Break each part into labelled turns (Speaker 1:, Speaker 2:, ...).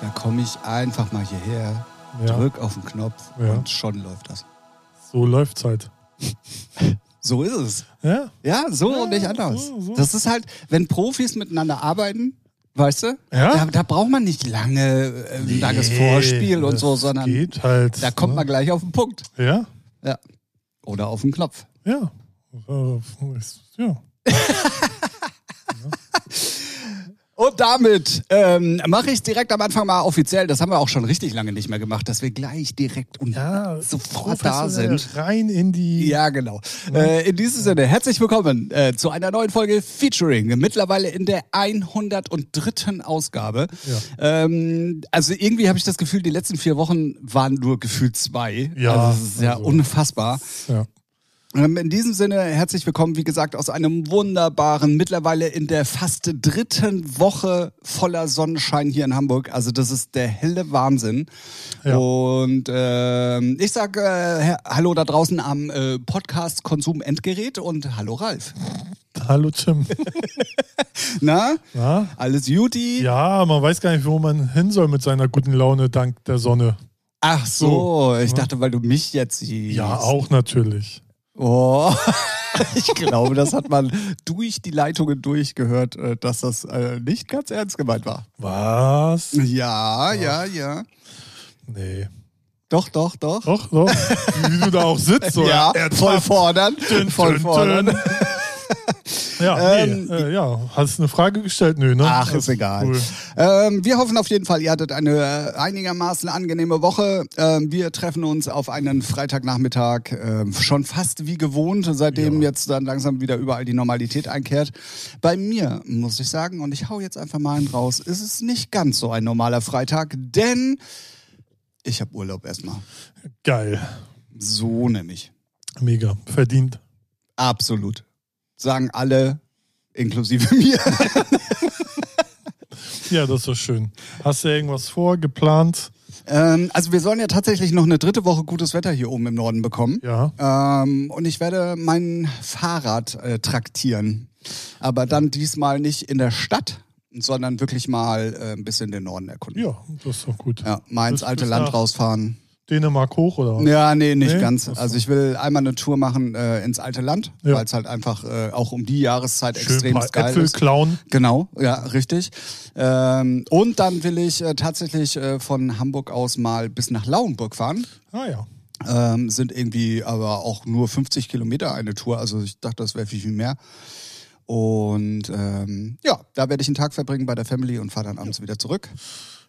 Speaker 1: dann komme ich einfach mal hierher,
Speaker 2: Ja.
Speaker 1: drück auf den Knopf
Speaker 2: Ja.
Speaker 1: und schon läuft das.
Speaker 2: So läuft's halt.
Speaker 1: So ist es.
Speaker 2: Ja?
Speaker 1: Ja, so
Speaker 2: Ja,
Speaker 1: und nicht anders.
Speaker 2: so, so.
Speaker 1: Das ist halt, wenn Profis miteinander arbeiten, weißt du,
Speaker 2: Ja.
Speaker 1: da, da braucht man nicht lange, äh, langes Vorspiel und
Speaker 2: das
Speaker 1: so, sondern
Speaker 2: Geht halt.
Speaker 1: da kommt
Speaker 2: ne?
Speaker 1: man gleich auf den Punkt.
Speaker 2: Ja?
Speaker 1: Ja. Oder auf den Knopf.
Speaker 2: Ja. Äh, ist- Ja.
Speaker 1: Und damit ähm, mache ich direkt am Anfang mal offiziell, das haben wir auch schon richtig lange nicht mehr gemacht, dass wir gleich direkt und
Speaker 2: ja
Speaker 1: sofort da
Speaker 2: professionell
Speaker 1: sind.
Speaker 2: Rein in die.
Speaker 1: Ja, genau. Äh, in diesem Sinne, herzlich willkommen äh, zu einer neuen Folge Featuring. Mittlerweile in der 103. Ausgabe. Ähm, also irgendwie habe ich das Gefühl, die letzten vier Wochen waren nur gefühlt zwei.
Speaker 2: Ja,
Speaker 1: Also, es ist ja
Speaker 2: also-
Speaker 1: unfassbar.
Speaker 2: ja.
Speaker 1: Ähm, In diesem Sinne herzlich willkommen, wie gesagt, aus einem wunderbaren, mittlerweile in der fast dritten Woche voller Sonnenschein hier in Hamburg. Also das ist der helle Wahnsinn.
Speaker 2: Ja.
Speaker 1: Und ähm, ich sage äh, Herr- Hallo da draußen am äh, Podcast Konsum Endgerät und Hallo Ralf.
Speaker 2: Hallo Tim.
Speaker 1: Na,
Speaker 2: Na?
Speaker 1: alles Juti?
Speaker 2: Ja, man weiß gar nicht, wo man hin soll mit seiner guten Laune dank der Sonne.
Speaker 1: Ach so, ich
Speaker 2: Ja.
Speaker 1: dachte, weil du mich jetzt siehst.
Speaker 2: Ja, auch natürlich.
Speaker 1: Oh. Ich glaube, das hat man durch die Leitungen durchgehört, äh, dass das äh, nicht ganz ernst gemeint war.
Speaker 2: Was?
Speaker 1: Ja, ja, ja.
Speaker 2: Nee.
Speaker 1: Doch, doch, doch.
Speaker 2: Doch, doch. Wie du da auch sitzt, oder?
Speaker 1: ja,
Speaker 2: Oh, Er-
Speaker 1: voll fordern. voll fordern.
Speaker 2: Ja, nee,
Speaker 1: Ähm,
Speaker 2: äh, ja, hast du eine Frage gestellt? Nö, ne?
Speaker 1: Ach,
Speaker 2: Das
Speaker 1: ist egal.
Speaker 2: cool.
Speaker 1: Ähm, wir hoffen auf jeden Fall, ihr hattet eine äh, einigermaßen angenehme Woche. Ähm, wir treffen uns auf einen Freitagnachmittag, ähm, schon fast wie gewohnt, seitdem
Speaker 2: Ja.
Speaker 1: jetzt dann langsam wieder überall die Normalität einkehrt. Bei mir, muss ich sagen, und ich hau jetzt einfach mal einen raus, ist es nicht ganz so ein normaler Freitag, denn ich habe Urlaub erstmal.
Speaker 2: Geil.
Speaker 1: So nämlich.
Speaker 2: Mega. Verdient.
Speaker 1: Absolut. Sagen alle, inklusive mir.
Speaker 2: Ja, das ist doch schön. Hast du irgendwas vor, geplant?
Speaker 1: Ähm, also wir sollen ja tatsächlich noch eine dritte Woche gutes Wetter hier oben im Norden bekommen.
Speaker 2: Ja.
Speaker 1: Ähm, und ich werde mein Fahrrad äh, traktieren. Aber dann diesmal nicht in der Stadt, sondern wirklich mal äh, ein bisschen den Norden erkunden.
Speaker 2: Ja, das ist doch gut.
Speaker 1: Ja, mal ins
Speaker 2: Bis-
Speaker 1: alte
Speaker 2: bis
Speaker 1: Land
Speaker 2: nach
Speaker 1: rausfahren.
Speaker 2: Dänemark hoch oder was?
Speaker 1: Ja, nee, nicht
Speaker 2: Nee?
Speaker 1: ganz.
Speaker 2: Ach so.
Speaker 1: Also ich will einmal eine Tour machen äh, ins alte Land,
Speaker 2: Ja.
Speaker 1: weil es halt einfach äh, auch um die Jahreszeit
Speaker 2: Schön ein
Speaker 1: extrem
Speaker 2: paar
Speaker 1: geil
Speaker 2: Äpfel
Speaker 1: ist.
Speaker 2: klauen.
Speaker 1: Genau, ja, richtig. Ähm, und dann will ich äh, tatsächlich äh, von Hamburg aus mal bis nach Lauenburg fahren.
Speaker 2: Ah ja.
Speaker 1: Ähm, sind irgendwie aber auch nur 50 Kilometer eine Tour. Also ich dachte, das wäre viel, viel mehr. Und ähm, ja, da werde ich einen Tag verbringen bei der Family und fahre dann abends wieder zurück.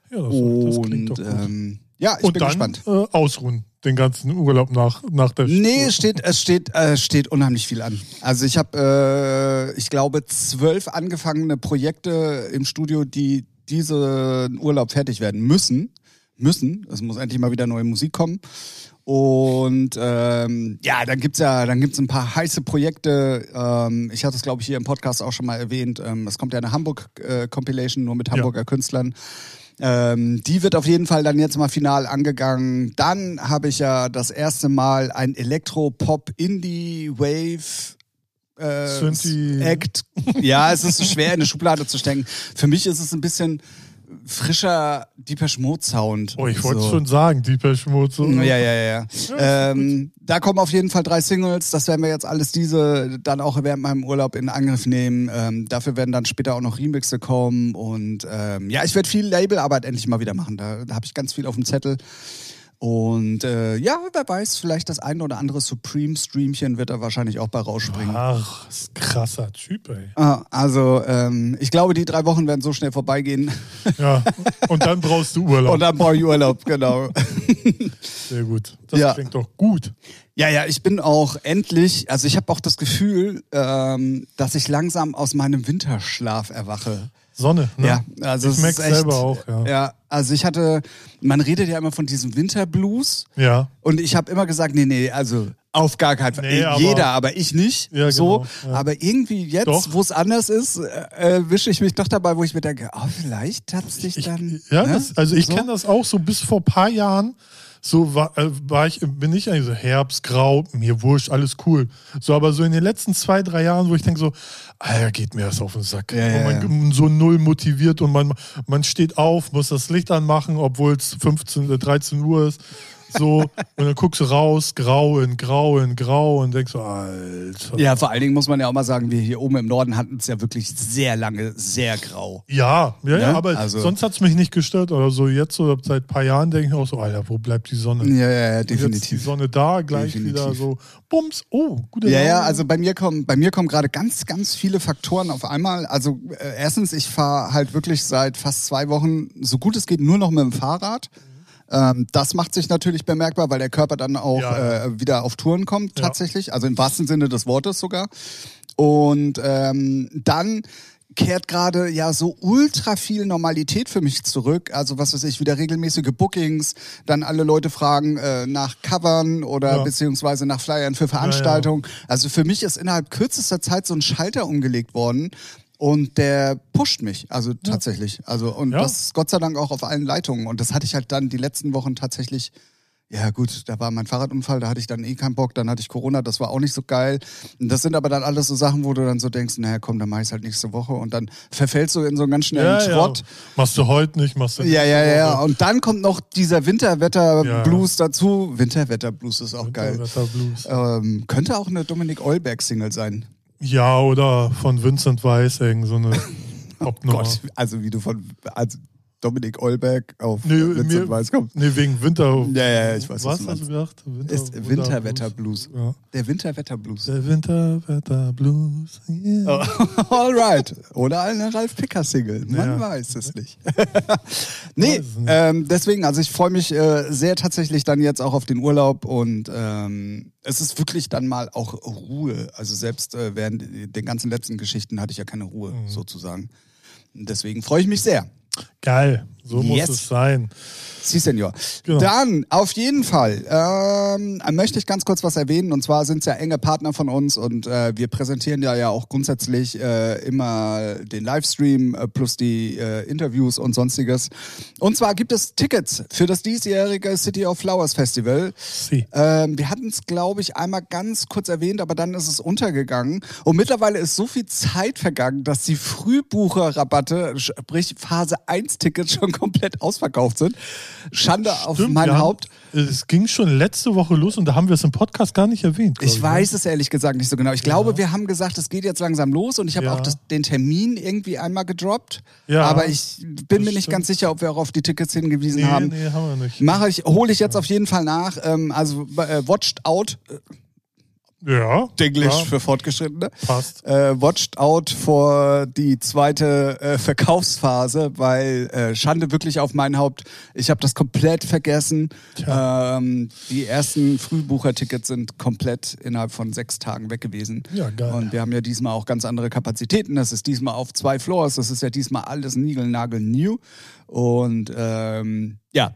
Speaker 2: Ja, das, das
Speaker 1: Und
Speaker 2: klingt doch gut.
Speaker 1: ähm, ja, ich
Speaker 2: Und
Speaker 1: bin
Speaker 2: dann
Speaker 1: gespannt.
Speaker 2: Äh, ausruhen, den ganzen Urlaub nach, nach der
Speaker 1: Nee, es steht, es steht, äh, steht unheimlich viel an. Also ich habe, äh, ich glaube, zwölf angefangene Projekte im Studio, die diesen Urlaub fertig werden müssen. Müssen. Es muss endlich mal wieder neue Musik kommen. Und ähm, ja, dann gibt's ja, dann gibt's ein paar heiße Projekte. Ähm, ich hatte es, glaube ich, hier im Podcast auch schon mal erwähnt. Ähm, es kommt ja eine Hamburg-Compilation nur mit Hamburger Künstlern. Ähm, die wird auf jeden Fall dann jetzt mal final angegangen. Dann habe ich ja das erste Mal ein Elektro-Pop-Indie-Wave.
Speaker 2: Synthi-
Speaker 1: Äh, Act. Ja, es ist so schwer in eine Schublade zu stecken. Für mich ist es ein bisschen frischer Depeche Mode Sound.
Speaker 2: Oh, ich wollte
Speaker 1: so.
Speaker 2: schon sagen, die Peschmutze.
Speaker 1: Ja, ja, ja. ja ähm, da kommen auf jeden Fall drei Singles. Das werden wir jetzt alles diese dann auch während meinem Urlaub in Angriff nehmen. Ähm, dafür werden dann später auch noch Remixe kommen. Und ähm, ja, ich werde viel Labelarbeit endlich mal wieder machen. Da, da habe ich ganz viel auf dem Zettel. Und äh, ja, wer weiß, vielleicht das ein oder andere Supreme-Streamchen wird da wahrscheinlich auch bei
Speaker 2: Ah.
Speaker 1: rausspringen.
Speaker 2: Ach, ist krasser Typ, ey.
Speaker 1: Ah, also, ähm, ich glaube, die drei Wochen werden so schnell vorbeigehen.
Speaker 2: Ja. Und dann brauchst du Urlaub.
Speaker 1: Und dann brauche ich Urlaub, genau.
Speaker 2: Sehr gut. Das
Speaker 1: Ja.
Speaker 2: klingt doch gut.
Speaker 1: Ja, ja, ich bin auch endlich, also ich habe auch das Gefühl, ähm, dass ich langsam aus meinem Winterschlaf erwache.
Speaker 2: Sonne, ne?
Speaker 1: Ja, also
Speaker 2: ich
Speaker 1: es
Speaker 2: merk's
Speaker 1: ist echt,
Speaker 2: selber auch, ja. Ja.
Speaker 1: Ja, also ich hatte, man redet ja immer von diesem Winterblues
Speaker 2: ja.
Speaker 1: und ich habe immer gesagt, nee, nee, also auf gar keinen Fall.
Speaker 2: Nee,
Speaker 1: Äh,
Speaker 2: aber-
Speaker 1: Jeder, aber ich nicht.
Speaker 2: Ja,
Speaker 1: so,
Speaker 2: genau, ja.
Speaker 1: aber irgendwie jetzt,
Speaker 2: Doch.
Speaker 1: wo es anders ist, äh, äh, wische ich mich doch dabei, wo ich mir denke, oh, vielleicht hat's dich dann.
Speaker 2: Ja,
Speaker 1: ne?
Speaker 2: das, also ich
Speaker 1: So.
Speaker 2: kenne das auch so bis vor ein paar Jahren. so war, äh, war ich, bin ich eigentlich so Herbstgrau, mir wurscht, alles cool. So, aber so in den letzten zwei, drei Jahren, wo ich denke so, Alter, geht mir das auf den Sack.
Speaker 1: Ja, ja,
Speaker 2: und man, So null motiviert und man, man steht auf, muss das Licht anmachen, obwohl es 15, äh, 13 Uhr ist. So, und dann guckst du raus, grau in grau in grau und denkst so, Alter.
Speaker 1: Ja, vor allen Dingen muss man ja auch mal sagen, wir hier oben im Norden hatten es ja wirklich sehr lange sehr grau.
Speaker 2: Ja, ja, ja
Speaker 1: Ne?
Speaker 2: aber
Speaker 1: Also-
Speaker 2: sonst hat's mich nicht gestört oder so. Jetzt, so seit ein paar Jahren, denke ich auch so, Alter, wo bleibt die Sonne?
Speaker 1: Ja, ja, ja,
Speaker 2: Jetzt die
Speaker 1: definitiv.
Speaker 2: Sonne da, gleich
Speaker 1: Definitiv.
Speaker 2: wieder so, bums, oh, gute
Speaker 1: Ja,
Speaker 2: Laune.
Speaker 1: ja, also bei mir kommen, bei mir kommen gerade ganz, ganz viele Faktoren auf einmal. Also äh, erstens, ich fahre halt wirklich seit fast zwei Wochen, so gut es geht, nur noch mit dem Fahrrad. Ähm, das macht sich natürlich bemerkbar, weil der Körper dann auch
Speaker 2: Ja, ja.
Speaker 1: Äh, wieder auf Touren kommt
Speaker 2: Ja.
Speaker 1: tatsächlich, also im wahrsten Sinne des Wortes sogar. Und ähm, dann kehrt gerade ja so ultra viel Normalität für mich zurück. Also was weiß ich, wieder regelmäßige Bookings, dann alle Leute fragen äh, nach Covern oder
Speaker 2: Ja.
Speaker 1: beziehungsweise nach Flyern für Veranstaltungen. Also für mich ist innerhalb kürzester Zeit so ein Schalter umgelegt worden. Und der pusht mich, also tatsächlich. Also, und
Speaker 2: Ja.
Speaker 1: das Gott sei Dank auch auf allen Leitungen. Und das hatte ich halt dann die letzten Wochen tatsächlich ja gut, da war mein Fahrradunfall, da hatte ich dann eh keinen Bock, dann hatte ich Corona, das war auch nicht so geil. Und das sind aber dann alles so Sachen, wo du dann so denkst, naja komm, dann mach ich's halt nächste Woche und dann verfällst du in so einen ganz schnellen
Speaker 2: ja, ja.
Speaker 1: Trott.
Speaker 2: Machst du heute nicht, machst du
Speaker 1: ähm, Ja, ja, ja,
Speaker 2: nächste
Speaker 1: ja.
Speaker 2: Woche.
Speaker 1: Und dann kommt noch dieser Winterwetter-Blues dazu. Winterwetter-Blues ist auch geil.
Speaker 2: Winterwetterblues.
Speaker 1: Ähm, könnte auch eine Dominik Eulberg-Single sein.
Speaker 2: Ja, oder von Vincent Weiß, irgend so eine Hauptnummer.
Speaker 1: Gott, also wie du von also Dominik Eulberg auf
Speaker 2: Nee,
Speaker 1: Witz
Speaker 2: mir-
Speaker 1: und Weiß kommst.
Speaker 2: Nee, wegen Winter.
Speaker 1: Ja, ja, ich weiß, was
Speaker 2: was
Speaker 1: du
Speaker 2: hast
Speaker 1: meinst.
Speaker 2: du gesagt? Winter,
Speaker 1: Ist Winterwetter-Blues.
Speaker 2: Ja.
Speaker 1: Der Winterwetter-Blues.
Speaker 2: Der Winterwetterblues. Yeah.
Speaker 1: Ah. Alright. Oder eine Ralf Picker-Single. Man
Speaker 2: Ja.
Speaker 1: weiß es nicht. nee,
Speaker 2: Weiß es nicht.
Speaker 1: ähm, deswegen, also ich freue mich äh, sehr tatsächlich dann jetzt auch auf den Urlaub und ähm, es ist wirklich dann mal auch Ruhe. Also selbst äh, während den ganzen letzten Geschichten hatte ich ja keine Ruhe
Speaker 2: Mhm.
Speaker 1: sozusagen. Deswegen freue ich mich sehr.
Speaker 2: Geil, so muss
Speaker 1: Yes.
Speaker 2: es sein.
Speaker 1: Sie, Senor.
Speaker 2: Genau.
Speaker 1: Dann, auf jeden Fall, ähm, möchte ich ganz kurz was erwähnen. Und zwar sind es ja enge Partner von uns und äh, wir präsentieren ja, ja auch grundsätzlich äh, immer den Livestream äh, plus die äh, Interviews und sonstiges. Und zwar gibt es Tickets für das diesjährige City of Flowers Festival.
Speaker 2: Sie.
Speaker 1: Ähm, wir hatten es, glaube ich, einmal ganz kurz erwähnt, aber dann ist es untergegangen. Und mittlerweile ist so viel Zeit vergangen, dass die Frühbucherrabatte, sprich Phase 1-Tickets, schon komplett ausverkauft sind. Schande auf
Speaker 2: Stimmt,
Speaker 1: mein
Speaker 2: wir haben-
Speaker 1: Haupt.
Speaker 2: Es ging schon letzte Woche los und da haben wir es im Podcast gar nicht erwähnt. glaub
Speaker 1: Ich
Speaker 2: ne?
Speaker 1: weiß es ehrlich gesagt nicht so genau. Ich glaube, wir haben gesagt, es geht jetzt langsam los und ich habe
Speaker 2: Ja.
Speaker 1: auch das, den Termin irgendwie einmal gedroppt.
Speaker 2: Ja.
Speaker 1: aber ich bin mir nicht
Speaker 2: stimmt.
Speaker 1: ganz sicher, ob wir auch auf die Tickets hingewiesen
Speaker 2: Nee,
Speaker 1: haben.
Speaker 2: nee, haben wir nicht.
Speaker 1: Mache ich, hole ich jetzt auf jeden Fall nach. Ähm, also äh, watched out,
Speaker 2: ja.
Speaker 1: Englisch
Speaker 2: ja,
Speaker 1: für Fortgeschrittene.
Speaker 2: Passt.
Speaker 1: Äh, watched out vor die zweite äh, Verkaufsphase, weil äh, Schande wirklich auf mein Haupt. Ich habe das komplett vergessen. Ähm, die ersten Frühbuchertickets sind komplett innerhalb von sechs Tagen weg gewesen.
Speaker 2: Ja, geil.
Speaker 1: Und wir haben ja diesmal auch ganz andere Kapazitäten. Das ist diesmal auf zwei Floors. Das ist ja diesmal alles niegelnagel new. Und ähm, ja,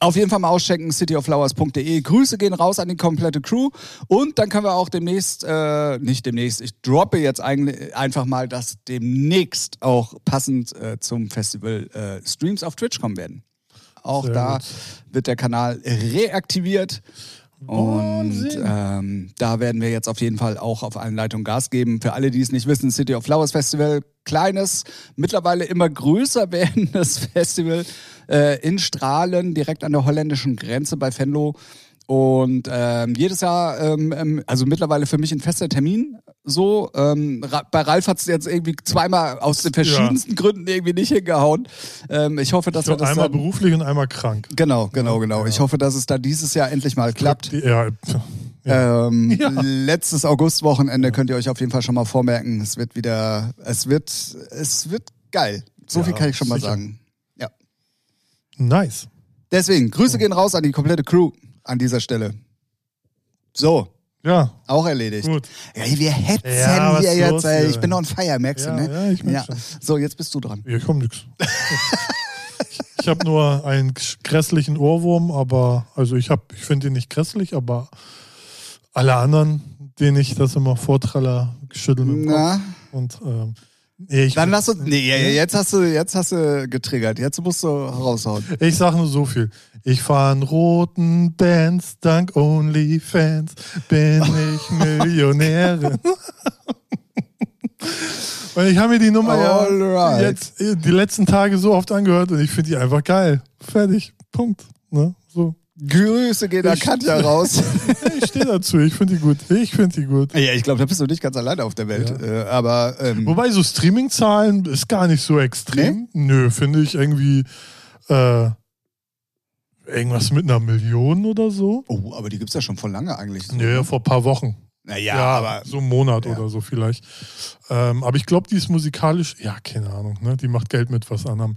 Speaker 1: auf jeden Fall mal auschecken, cityoflowers.de. Grüße gehen raus an die komplette Crew. Und dann können wir auch demnächst, äh, nicht demnächst, ich droppe jetzt eigentlich einfach mal, dass demnächst auch passend äh, zum Festival äh, Streams auf Twitch kommen werden. Auch
Speaker 2: Sehr
Speaker 1: da
Speaker 2: gut.
Speaker 1: wird der Kanal reaktiviert. Und
Speaker 2: Wahnsinn.
Speaker 1: ähm, da werden wir jetzt auf jeden Fall auch auf allen Leitungen Gas geben. Für alle, die es nicht wissen, City of Flowers Festival, kleines, mittlerweile immer größer werdendes Festival äh, in Strahlen, direkt an der holländischen Grenze bei Venlo. Und ähm, jedes Jahr, ähm, ähm, also mittlerweile für mich ein fester Termin so. Ähm, Ra bei Ralf hat es jetzt irgendwie zweimal aus den verschiedensten Gründen irgendwie nicht hingehauen. Ähm, ich hoffe, dass
Speaker 2: So,
Speaker 1: wir das
Speaker 2: einmal
Speaker 1: dann,
Speaker 2: beruflich und einmal krank.
Speaker 1: Genau, genau, genau. Ich hoffe, dass es da dieses Jahr endlich mal klappt.
Speaker 2: Die- Ja, pf, ja.
Speaker 1: Ähm,
Speaker 2: Ja.
Speaker 1: Letztes Augustwochenende könnt ihr euch auf jeden Fall schon mal vormerken. Es wird wieder, es wird, es wird geil. So
Speaker 2: Ja,
Speaker 1: viel kann ich schon mal
Speaker 2: sicher.
Speaker 1: sagen. Ja.
Speaker 2: nice.
Speaker 1: Deswegen, Grüße gehen raus an die komplette Crew an dieser Stelle. So,
Speaker 2: Ja,
Speaker 1: auch erledigt.
Speaker 2: gut.
Speaker 1: Ey, wir hetzen
Speaker 2: Ja, was
Speaker 1: hier
Speaker 2: ist
Speaker 1: jetzt,
Speaker 2: los
Speaker 1: ey.
Speaker 2: hier?
Speaker 1: Ich bin on fire, merkst
Speaker 2: Ja,
Speaker 1: du, ne?
Speaker 2: ja, ich merk schon.
Speaker 1: So, jetzt bist du dran.
Speaker 2: Hier kommt nichts. Ich habe nur einen grässlichen Ohrwurm, aber also ich habe, ich finde ihn nicht grässlich, aber alle anderen, denen ich das immer vortralle, schütteln mit dem Kopf.
Speaker 1: Na,
Speaker 2: Und ähm, Nee, ich,
Speaker 1: Dann lass uns. Nee, jetzt hast du, jetzt hast du getriggert. Jetzt musst du raushauen.
Speaker 2: ich sag nur so viel. Ich fahre einen roten Benz, dank OnlyFans bin ich Millionärin. Und ich habe mir die Nummer ja
Speaker 1: Alright.
Speaker 2: jetzt äh, die letzten Tage so oft angehört und ich finde die einfach geil. Fertig. Punkt. Ne? So.
Speaker 1: Grüße gehen an
Speaker 2: Ich-
Speaker 1: Katja raus.
Speaker 2: Ich stehe dazu. Ich finde die gut. Ich finde die gut.
Speaker 1: ja, ich glaube, da bist du nicht ganz alleine auf der Welt. Äh, aber ähm,
Speaker 2: Wobei so Streaming-Zahlen ist gar nicht so extrem. Nö, finde ich irgendwie äh, irgendwas mit einer Million oder so.
Speaker 1: oh, aber die gibt's ja schon vor lange eigentlich. So.
Speaker 2: Nö, vor ein paar Wochen.
Speaker 1: Naja, aber
Speaker 2: so einen Monat
Speaker 1: ja.
Speaker 2: oder so vielleicht. Ähm, aber ich glaube, die ist musikalisch, ja, keine Ahnung, ne? Die macht Geld mit was anderem.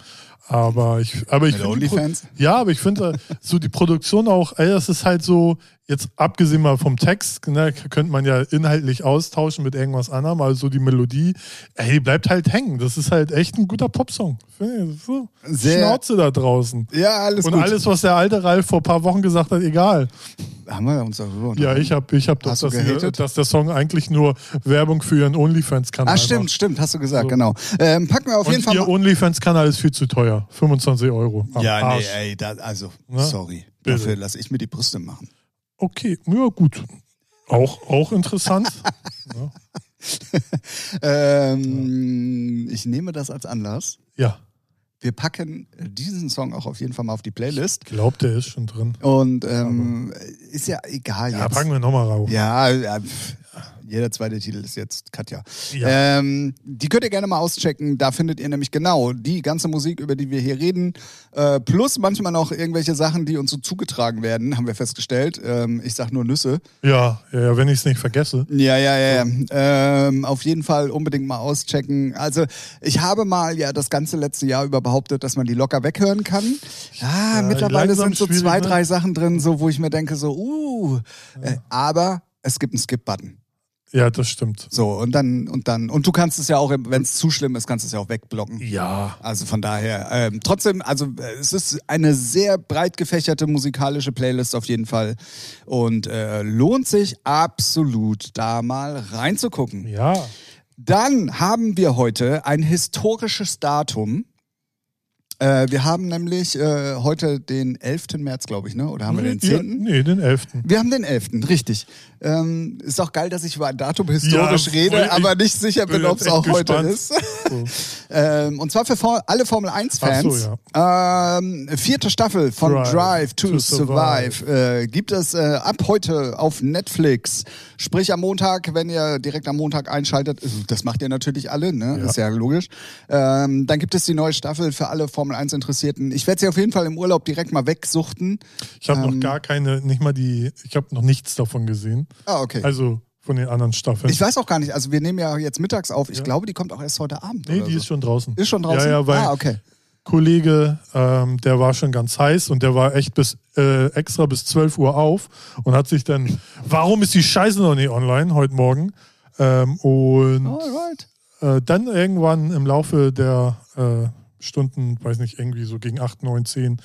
Speaker 2: Aber ich, aber ich
Speaker 1: Mit
Speaker 2: find die Pro-
Speaker 1: OnlyFans?
Speaker 2: Ja, aber ich finde äh, so die Produktion auch, ey, das ist halt so, jetzt abgesehen mal vom Text, ne, k- könnte man ja inhaltlich austauschen mit irgendwas anderem, also so die Melodie, ey, die bleibt halt hängen. Das ist halt echt ein guter Popsong. Find ich, So.
Speaker 1: Sehr-
Speaker 2: Schnauze da draußen.
Speaker 1: ja, alles
Speaker 2: Und
Speaker 1: gut.
Speaker 2: alles, was der alte Ralf vor ein paar Wochen gesagt hat, egal.
Speaker 1: Haben wir uns darüber
Speaker 2: Ja,
Speaker 1: unterhalten?
Speaker 2: ich habe ich hab das,
Speaker 1: Hast du
Speaker 2: dass, ihr-
Speaker 1: gehatet?
Speaker 2: dass der Song eigentlich nur Werbung für ihren OnlyFans-Kanal
Speaker 1: Ah, stimmt,
Speaker 2: macht.
Speaker 1: stimmt, hast du gesagt, genau. Ähm, packen wir auf
Speaker 2: Und
Speaker 1: jeden Fall
Speaker 2: ihr
Speaker 1: mal.
Speaker 2: OnlyFans-Kanal ist viel zu teuer. 25 Euro. am
Speaker 1: Ja, nee,
Speaker 2: Arsch.
Speaker 1: ey, da, also,
Speaker 2: Ne?
Speaker 1: sorry.
Speaker 2: Bitte.
Speaker 1: Dafür lasse ich mir die Brüste machen.
Speaker 2: Okay, ja gut. Auch, auch interessant. ja.
Speaker 1: Ähm, Ich nehme das als Anlass.
Speaker 2: ja,
Speaker 1: Wir packen diesen Song auch auf jeden Fall mal auf die Playlist.
Speaker 2: glaubt, der ist schon drin.
Speaker 1: Und ähm, ist ja egal
Speaker 2: Ja,
Speaker 1: jetzt.
Speaker 2: packen wir nochmal rauf.
Speaker 1: Ja, ja, pf, jeder zweite Titel ist jetzt Katja.
Speaker 2: Ja.
Speaker 1: Ähm, die könnt ihr gerne mal auschecken. Da findet ihr nämlich genau die ganze Musik, über die wir hier reden. Äh, plus manchmal noch irgendwelche Sachen, die uns so zugetragen werden, haben wir festgestellt. Ähm, ich sag nur Nüsse.
Speaker 2: Ja, ja, ja wenn ich es nicht vergesse.
Speaker 1: Ja, ja, ja. ja. Ähm, auf jeden Fall unbedingt mal auschecken. Also ich habe mal ja das ganze letzte Jahr über behauptet, dass man die locker weghören kann. Ja,
Speaker 2: Ja,
Speaker 1: mittlerweile
Speaker 2: langsam
Speaker 1: sind so
Speaker 2: schwierig,
Speaker 1: zwei,
Speaker 2: ne?
Speaker 1: drei Sachen drin, so wo ich mir denke, so, uh. Äh, aber es gibt einen Skip-Button.
Speaker 2: Ja, das stimmt.
Speaker 1: So, und dann, und dann, und du kannst es ja auch, wenn es zu schlimm ist, kannst du es ja auch wegblocken.
Speaker 2: Ja.
Speaker 1: Also von daher, ähm, trotzdem, also äh, es ist eine sehr breit gefächerte musikalische Playlist auf jeden Fall und äh, lohnt sich absolut, da mal reinzugucken.
Speaker 2: Ja.
Speaker 1: Dann haben wir heute ein historisches Datum. Äh, wir haben nämlich äh, heute den 11. März, glaube ich, ne? oder haben wir
Speaker 2: Mhm.
Speaker 1: den 10.?
Speaker 2: Ja, nee, den 11.
Speaker 1: Wir haben den 11., richtig. Ähm, ist auch geil, dass ich über ein Datum historisch
Speaker 2: Ja,
Speaker 1: rede,
Speaker 2: ich
Speaker 1: aber nicht sicher bin,
Speaker 2: jetzt
Speaker 1: ob es
Speaker 2: echt
Speaker 1: auch heute
Speaker 2: gespannt.
Speaker 1: ist.
Speaker 2: So.
Speaker 1: Ähm, und zwar für For- alle Formel
Speaker 2: Ach
Speaker 1: 1-Fans.
Speaker 2: so,
Speaker 1: ähm, vierte Staffel von
Speaker 2: Drive
Speaker 1: Drive, to,
Speaker 2: to
Speaker 1: Survive,
Speaker 2: Survive.
Speaker 1: Äh, gibt es äh, ab heute auf Netflix. Sprich am Montag, wenn ihr direkt am Montag einschaltet, also das macht ihr natürlich alle, ne?
Speaker 2: Ja.
Speaker 1: ist ja logisch. Ähm, dann gibt es die neue Staffel für alle Formel 1-Interessierten. Ich werde sie auf jeden Fall im Urlaub direkt mal wegsuchten.
Speaker 2: Ich habe
Speaker 1: Ähm.
Speaker 2: noch gar keine, nicht mal die, ich habe noch nichts davon gesehen.
Speaker 1: Ah, okay.
Speaker 2: Also von den anderen Staffeln.
Speaker 1: Ich weiß auch gar nicht. Also wir nehmen ja jetzt mittags auf. Ich
Speaker 2: Ja.
Speaker 1: glaube, die kommt auch erst heute Abend.
Speaker 2: nee,
Speaker 1: oder
Speaker 2: die
Speaker 1: so.
Speaker 2: ist schon draußen.
Speaker 1: ist schon draußen.
Speaker 2: Ja, ja, weil
Speaker 1: ah, okay.
Speaker 2: Kollege, ähm, der war schon ganz heiß und der war echt bis äh, extra bis 12 Uhr auf und hat sich dann, warum ist die Scheiße noch nicht online heute Morgen? Ähm,
Speaker 1: Oh.
Speaker 2: und
Speaker 1: Alright.
Speaker 2: äh, dann irgendwann im Laufe der äh, Stunden, weiß nicht, irgendwie so gegen 8, 9, 10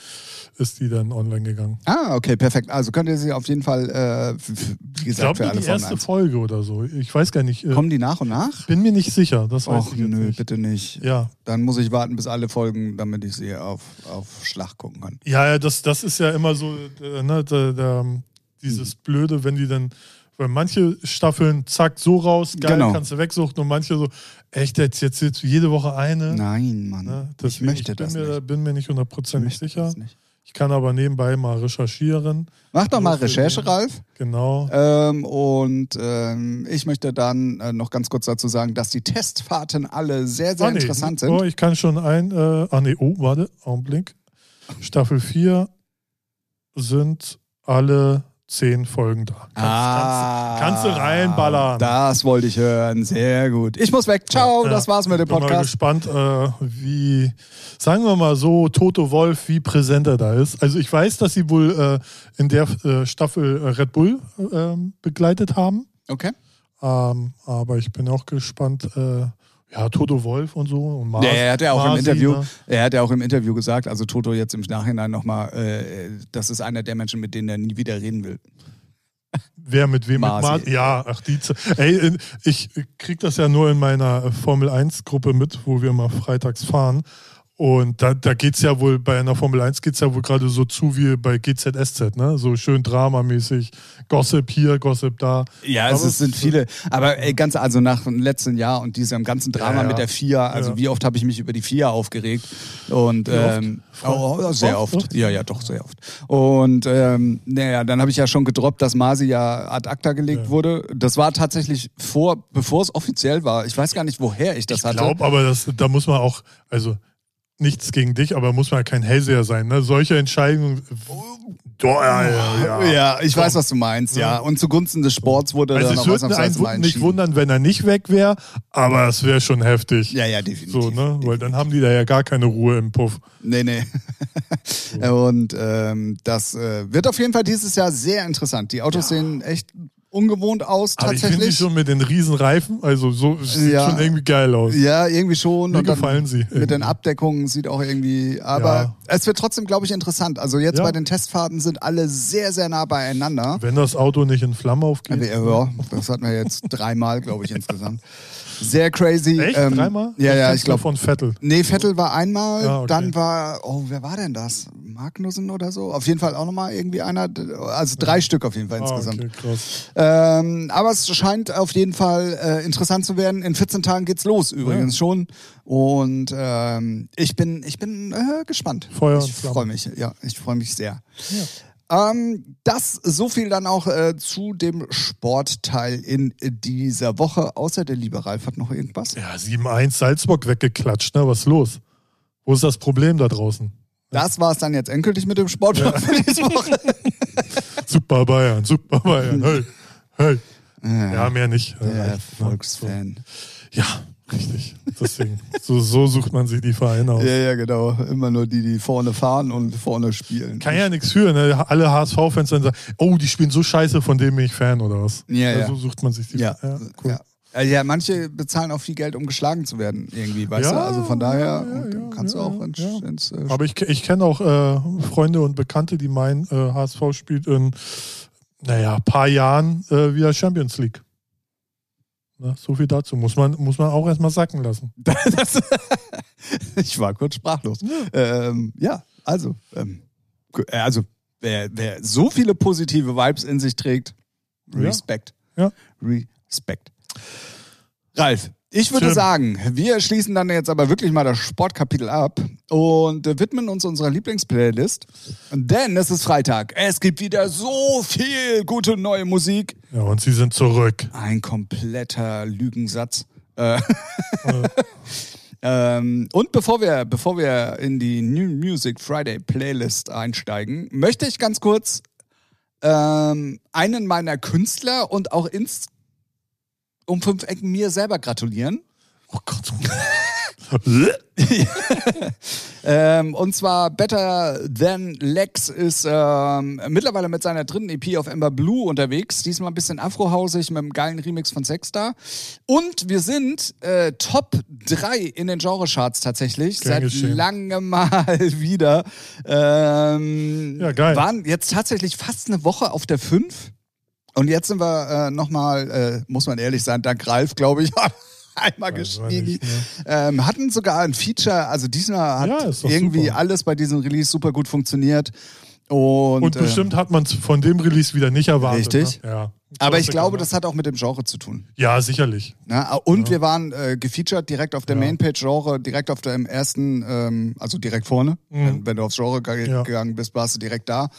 Speaker 2: ist die dann online gegangen.
Speaker 1: Ah, okay, perfekt. Also könnt ihr sie auf jeden Fall, äh, f- f- wie
Speaker 2: Ich
Speaker 1: gesagt,
Speaker 2: glaube,
Speaker 1: für alle
Speaker 2: die
Speaker 1: Formel
Speaker 2: erste
Speaker 1: 1.
Speaker 2: Folge oder so. Ich weiß gar nicht. Äh,
Speaker 1: Kommen die nach und nach?
Speaker 2: bin mir nicht sicher. Das weiß
Speaker 1: Och,
Speaker 2: ich jetzt
Speaker 1: nö,
Speaker 2: nicht.
Speaker 1: bitte nicht.
Speaker 2: Ja,
Speaker 1: Dann muss ich warten, bis alle folgen, damit ich sie auf, auf Schlag gucken kann.
Speaker 2: Ja, ja, das, das ist ja immer so, äh, ne, da, da,
Speaker 1: Hm.
Speaker 2: dieses Blöde, wenn die dann, weil manche Staffeln zack, so raus, geil,
Speaker 1: Genau.
Speaker 2: kannst du wegsuchten und manche so, echt, jetzt, jetzt sitzt du jede Woche eine.
Speaker 1: Nein, Mann.
Speaker 2: Ne,
Speaker 1: ich
Speaker 2: deswegen,
Speaker 1: möchte
Speaker 2: ich bin
Speaker 1: das
Speaker 2: mir,
Speaker 1: nicht.
Speaker 2: bin mir nicht
Speaker 1: Ich
Speaker 2: hundertprozentig
Speaker 1: möchte
Speaker 2: sicher.
Speaker 1: das nicht.
Speaker 2: Ich kann aber nebenbei mal recherchieren.
Speaker 1: Mach doch mal
Speaker 2: Nur für
Speaker 1: Recherche,
Speaker 2: den-
Speaker 1: Ralf.
Speaker 2: Genau.
Speaker 1: Ähm, und ähm, ich möchte dann äh, noch ganz kurz dazu sagen, dass die Testfahrten alle sehr, sehr
Speaker 2: Ah, nee.
Speaker 1: interessant sind.
Speaker 2: Oh, ich kann schon ein, äh, ah nee, oh, warte, Augenblick. Staffel 4 sind alle zehn Folgen da. Kannst,
Speaker 1: Ah,
Speaker 2: kannst, kannst du reinballern.
Speaker 1: Das wollte ich hören. Sehr gut. Ich muss weg. Ciao,
Speaker 2: Ja.
Speaker 1: das war's mit dem Podcast.
Speaker 2: Ich bin mal gespannt, äh, wie, sagen wir mal so, Toto Wolf, wie präsent er da ist. Also ich weiß, dass sie wohl äh, in der äh, Staffel äh, Red Bull ähm, begleitet haben.
Speaker 1: Okay.
Speaker 2: Ähm, aber ich bin auch gespannt, äh, ja, Toto Wolf und so. Und Mar
Speaker 1: Ja, er hat ja auch im
Speaker 2: Marzi,
Speaker 1: Interview,
Speaker 2: ne?
Speaker 1: er hat ja auch im Interview gesagt, also Toto jetzt im Nachhinein nochmal, äh, das ist einer der Menschen, mit denen er nie wieder reden will.
Speaker 2: Wer mit wem?
Speaker 1: Masi.
Speaker 2: Mit Masi? Ja, ach die. Ze- Ey, in- ich krieg das ja nur in meiner Formel 1 Gruppe mit, wo wir mal freitags fahren. Und da, da geht's ja wohl, bei einer Formel 1 geht's ja wohl gerade so zu wie bei GZSZ, ne? So schön dramamäßig. Gossip hier, Gossip da.
Speaker 1: Ja, es
Speaker 2: Aber
Speaker 1: ist, sind viele. Aber ey, ganz, also nach dem letzten Jahr und diesem ganzen Drama
Speaker 2: Ja, ja.
Speaker 1: mit der FIA, also
Speaker 2: Ja.
Speaker 1: wie oft habe ich mich über die FIA aufgeregt? Und ähm, oh, oh, sehr
Speaker 2: Oft?
Speaker 1: oft. Ja, ja, doch, sehr oft. Und ähm, naja, dann habe ich ja schon gedroppt, dass Masi ja ad acta gelegt wurde. Das war tatsächlich vor, bevor es offiziell war. Ich weiß gar nicht, woher ich das
Speaker 2: Ich
Speaker 1: hatte.
Speaker 2: glaube aber, das, da muss man auch, also nichts gegen dich, aber muss man kein Hellseher sein. Ne? Solche Entscheidungen. Doch, Oh, ja, ja, ja.
Speaker 1: ja, ich weiß, was du meinst, ja. Und zugunsten des Sports wurde
Speaker 2: Also
Speaker 1: dann
Speaker 2: es
Speaker 1: auch
Speaker 2: würde
Speaker 1: ausnahmsweise mal
Speaker 2: einen nicht
Speaker 1: entschieden.
Speaker 2: wundern, wenn er nicht weg wäre, aber es wäre schon heftig.
Speaker 1: Ja, ja, definitiv.
Speaker 2: so, ne? Weil dann haben die da ja gar keine Ruhe im Puff.
Speaker 1: Nee, nee. Und ähm, das äh, wird auf jeden Fall dieses Jahr sehr interessant. Die Autos sehen echt ungewohnt aus,
Speaker 2: Aber ich finde die
Speaker 1: tatsächlich.
Speaker 2: schon mit den riesen Reifen, also so sieht
Speaker 1: Ja.
Speaker 2: schon irgendwie geil aus.
Speaker 1: ja, irgendwie schon.
Speaker 2: Mir
Speaker 1: Und dann
Speaker 2: gefallen sie
Speaker 1: Mit den
Speaker 2: irgendwie.
Speaker 1: Abdeckungen sieht auch irgendwie. Aber
Speaker 2: Ja.
Speaker 1: es wird trotzdem, glaube ich, interessant. Also jetzt
Speaker 2: Ja.
Speaker 1: bei den Testfahrten sind alle sehr, sehr nah beieinander.
Speaker 2: Wenn das Auto nicht in Flammen
Speaker 1: Also,
Speaker 2: aufgeht.
Speaker 1: Ja, das hatten wir jetzt dreimal, glaube ich, insgesamt. Sehr crazy.
Speaker 2: Echt?
Speaker 1: Ähm,
Speaker 2: Dreimal?
Speaker 1: Ja, ja,
Speaker 2: kenn's
Speaker 1: ich
Speaker 2: nur
Speaker 1: glaube.
Speaker 2: Von Vettel.
Speaker 1: Nee, Vettel war einmal,
Speaker 2: Ah, okay.
Speaker 1: dann war, oh, wer war denn das? Magnussen oder so? Auf jeden Fall auch nochmal irgendwie einer, also drei Stück auf jeden Fall
Speaker 2: Ah,
Speaker 1: insgesamt.
Speaker 2: okay, krass.
Speaker 1: Ähm, aber es scheint auf jeden Fall äh, interessant zu werden. In 14 Tagen geht's los übrigens schon. Und ähm, ich bin, ich bin äh, gespannt.
Speaker 2: Feuer und
Speaker 1: ich
Speaker 2: Flamme.
Speaker 1: freue mich, ja, ich freue mich sehr. Ähm, das so viel dann auch äh, zu dem Sportteil in dieser Woche. Außer der liebe Ralf hat noch irgendwas.
Speaker 2: Ja, 7-1 Salzburg weggeklatscht, ne? Was ist los? Wo ist das Problem da draußen?
Speaker 1: Das war's dann jetzt endgültig mit dem Sport für diese Woche.
Speaker 2: Super Bayern, Super Bayern, hey, hey. Ja, mehr nicht.
Speaker 1: Der
Speaker 2: ja,
Speaker 1: Volksfan.
Speaker 2: ja, richtig. Deswegen, so, so sucht man sich die Vereine aus.
Speaker 1: Ja, ja, genau. Immer nur die, die vorne fahren und vorne spielen.
Speaker 2: Kann ja nichts für, ne? Alle HSV-Fans dann sagen, oh, die spielen so scheiße, von dem bin ich Fan oder was?
Speaker 1: Ja, ja.
Speaker 2: So sucht man sich Also, die
Speaker 1: Ja,
Speaker 2: Ja,
Speaker 1: cool. ja. Also ja, manche bezahlen auch viel Geld, um geschlagen zu werden, irgendwie, weißt
Speaker 2: Ja,
Speaker 1: du? Also von daher
Speaker 2: ja,
Speaker 1: und
Speaker 2: ja,
Speaker 1: kannst
Speaker 2: ja,
Speaker 1: du auch ins.
Speaker 2: ja.
Speaker 1: ins äh,
Speaker 2: Aber ich, ich kenne auch äh, Freunde und Bekannte, die meinen, äh, HSV spielt in, naja, paar Jahren äh, wieder Champions League. Na, so viel dazu. Muss man, muss man auch erstmal sacken lassen.
Speaker 1: das, ich war kurz sprachlos. Ähm, ja, also, ähm, gu- äh, also wer, wer so viele positive Vibes in sich trägt,
Speaker 2: Ja.
Speaker 1: Respekt.
Speaker 2: Ja.
Speaker 1: Respekt. Ralf, ich würde
Speaker 2: Tim.
Speaker 1: sagen, wir schließen dann jetzt aber wirklich mal das Sportkapitel ab und äh, widmen uns unserer Lieblingsplaylist. Denn es ist Freitag. Es gibt wieder so viel gute neue Musik.
Speaker 2: Ja, und sie sind zurück.
Speaker 1: Ein kompletter Lügensatz. Äh, ähm, und bevor wir, bevor wir in die New Music Friday Playlist einsteigen, möchte ich ganz kurz ähm, einen meiner Künstler und auch ins um fünf Ecken mir selber gratulieren.
Speaker 2: Oh Gott.
Speaker 1: Ähm, und zwar Better Than Lex ist ähm, mittlerweile mit seiner dritten EP auf Ember Blue unterwegs. Diesmal ein bisschen afrohausig mit einem geilen Remix von Sexstar. Und wir sind äh, Top 3 in den Genrecharts tatsächlich.
Speaker 2: Gern
Speaker 1: seit
Speaker 2: geschehen.
Speaker 1: langem mal wieder. Ähm,
Speaker 2: Ja, geil.
Speaker 1: Waren jetzt tatsächlich fast eine Woche auf der 5. Und jetzt sind wir äh, nochmal, äh, muss man ehrlich sein, dank Ralf, glaube ich, einmal
Speaker 2: Weiß man
Speaker 1: gestiegen.
Speaker 2: nicht, ne?
Speaker 1: Ähm, hatten sogar ein Feature, also diesmal hat
Speaker 2: Ja, ist doch
Speaker 1: irgendwie
Speaker 2: super.
Speaker 1: alles bei diesem Release super gut funktioniert. Und, äh,
Speaker 2: Und bestimmt hat man es von dem Release wieder nicht erwartet.
Speaker 1: Richtig.
Speaker 2: Ne? Ja.
Speaker 1: ähm, aber ich
Speaker 2: Klassiker,
Speaker 1: glaube,
Speaker 2: ne?
Speaker 1: das hat auch mit dem Genre zu tun.
Speaker 2: Ja, sicherlich.
Speaker 1: Ne? Und wir waren äh, gefeatured direkt auf der Mainpage-Genre, direkt auf dem ersten, ähm, also direkt vorne. Wenn, wenn du aufs Genre ge
Speaker 2: Mhm. Ja.
Speaker 1: gegangen bist, warst du direkt da.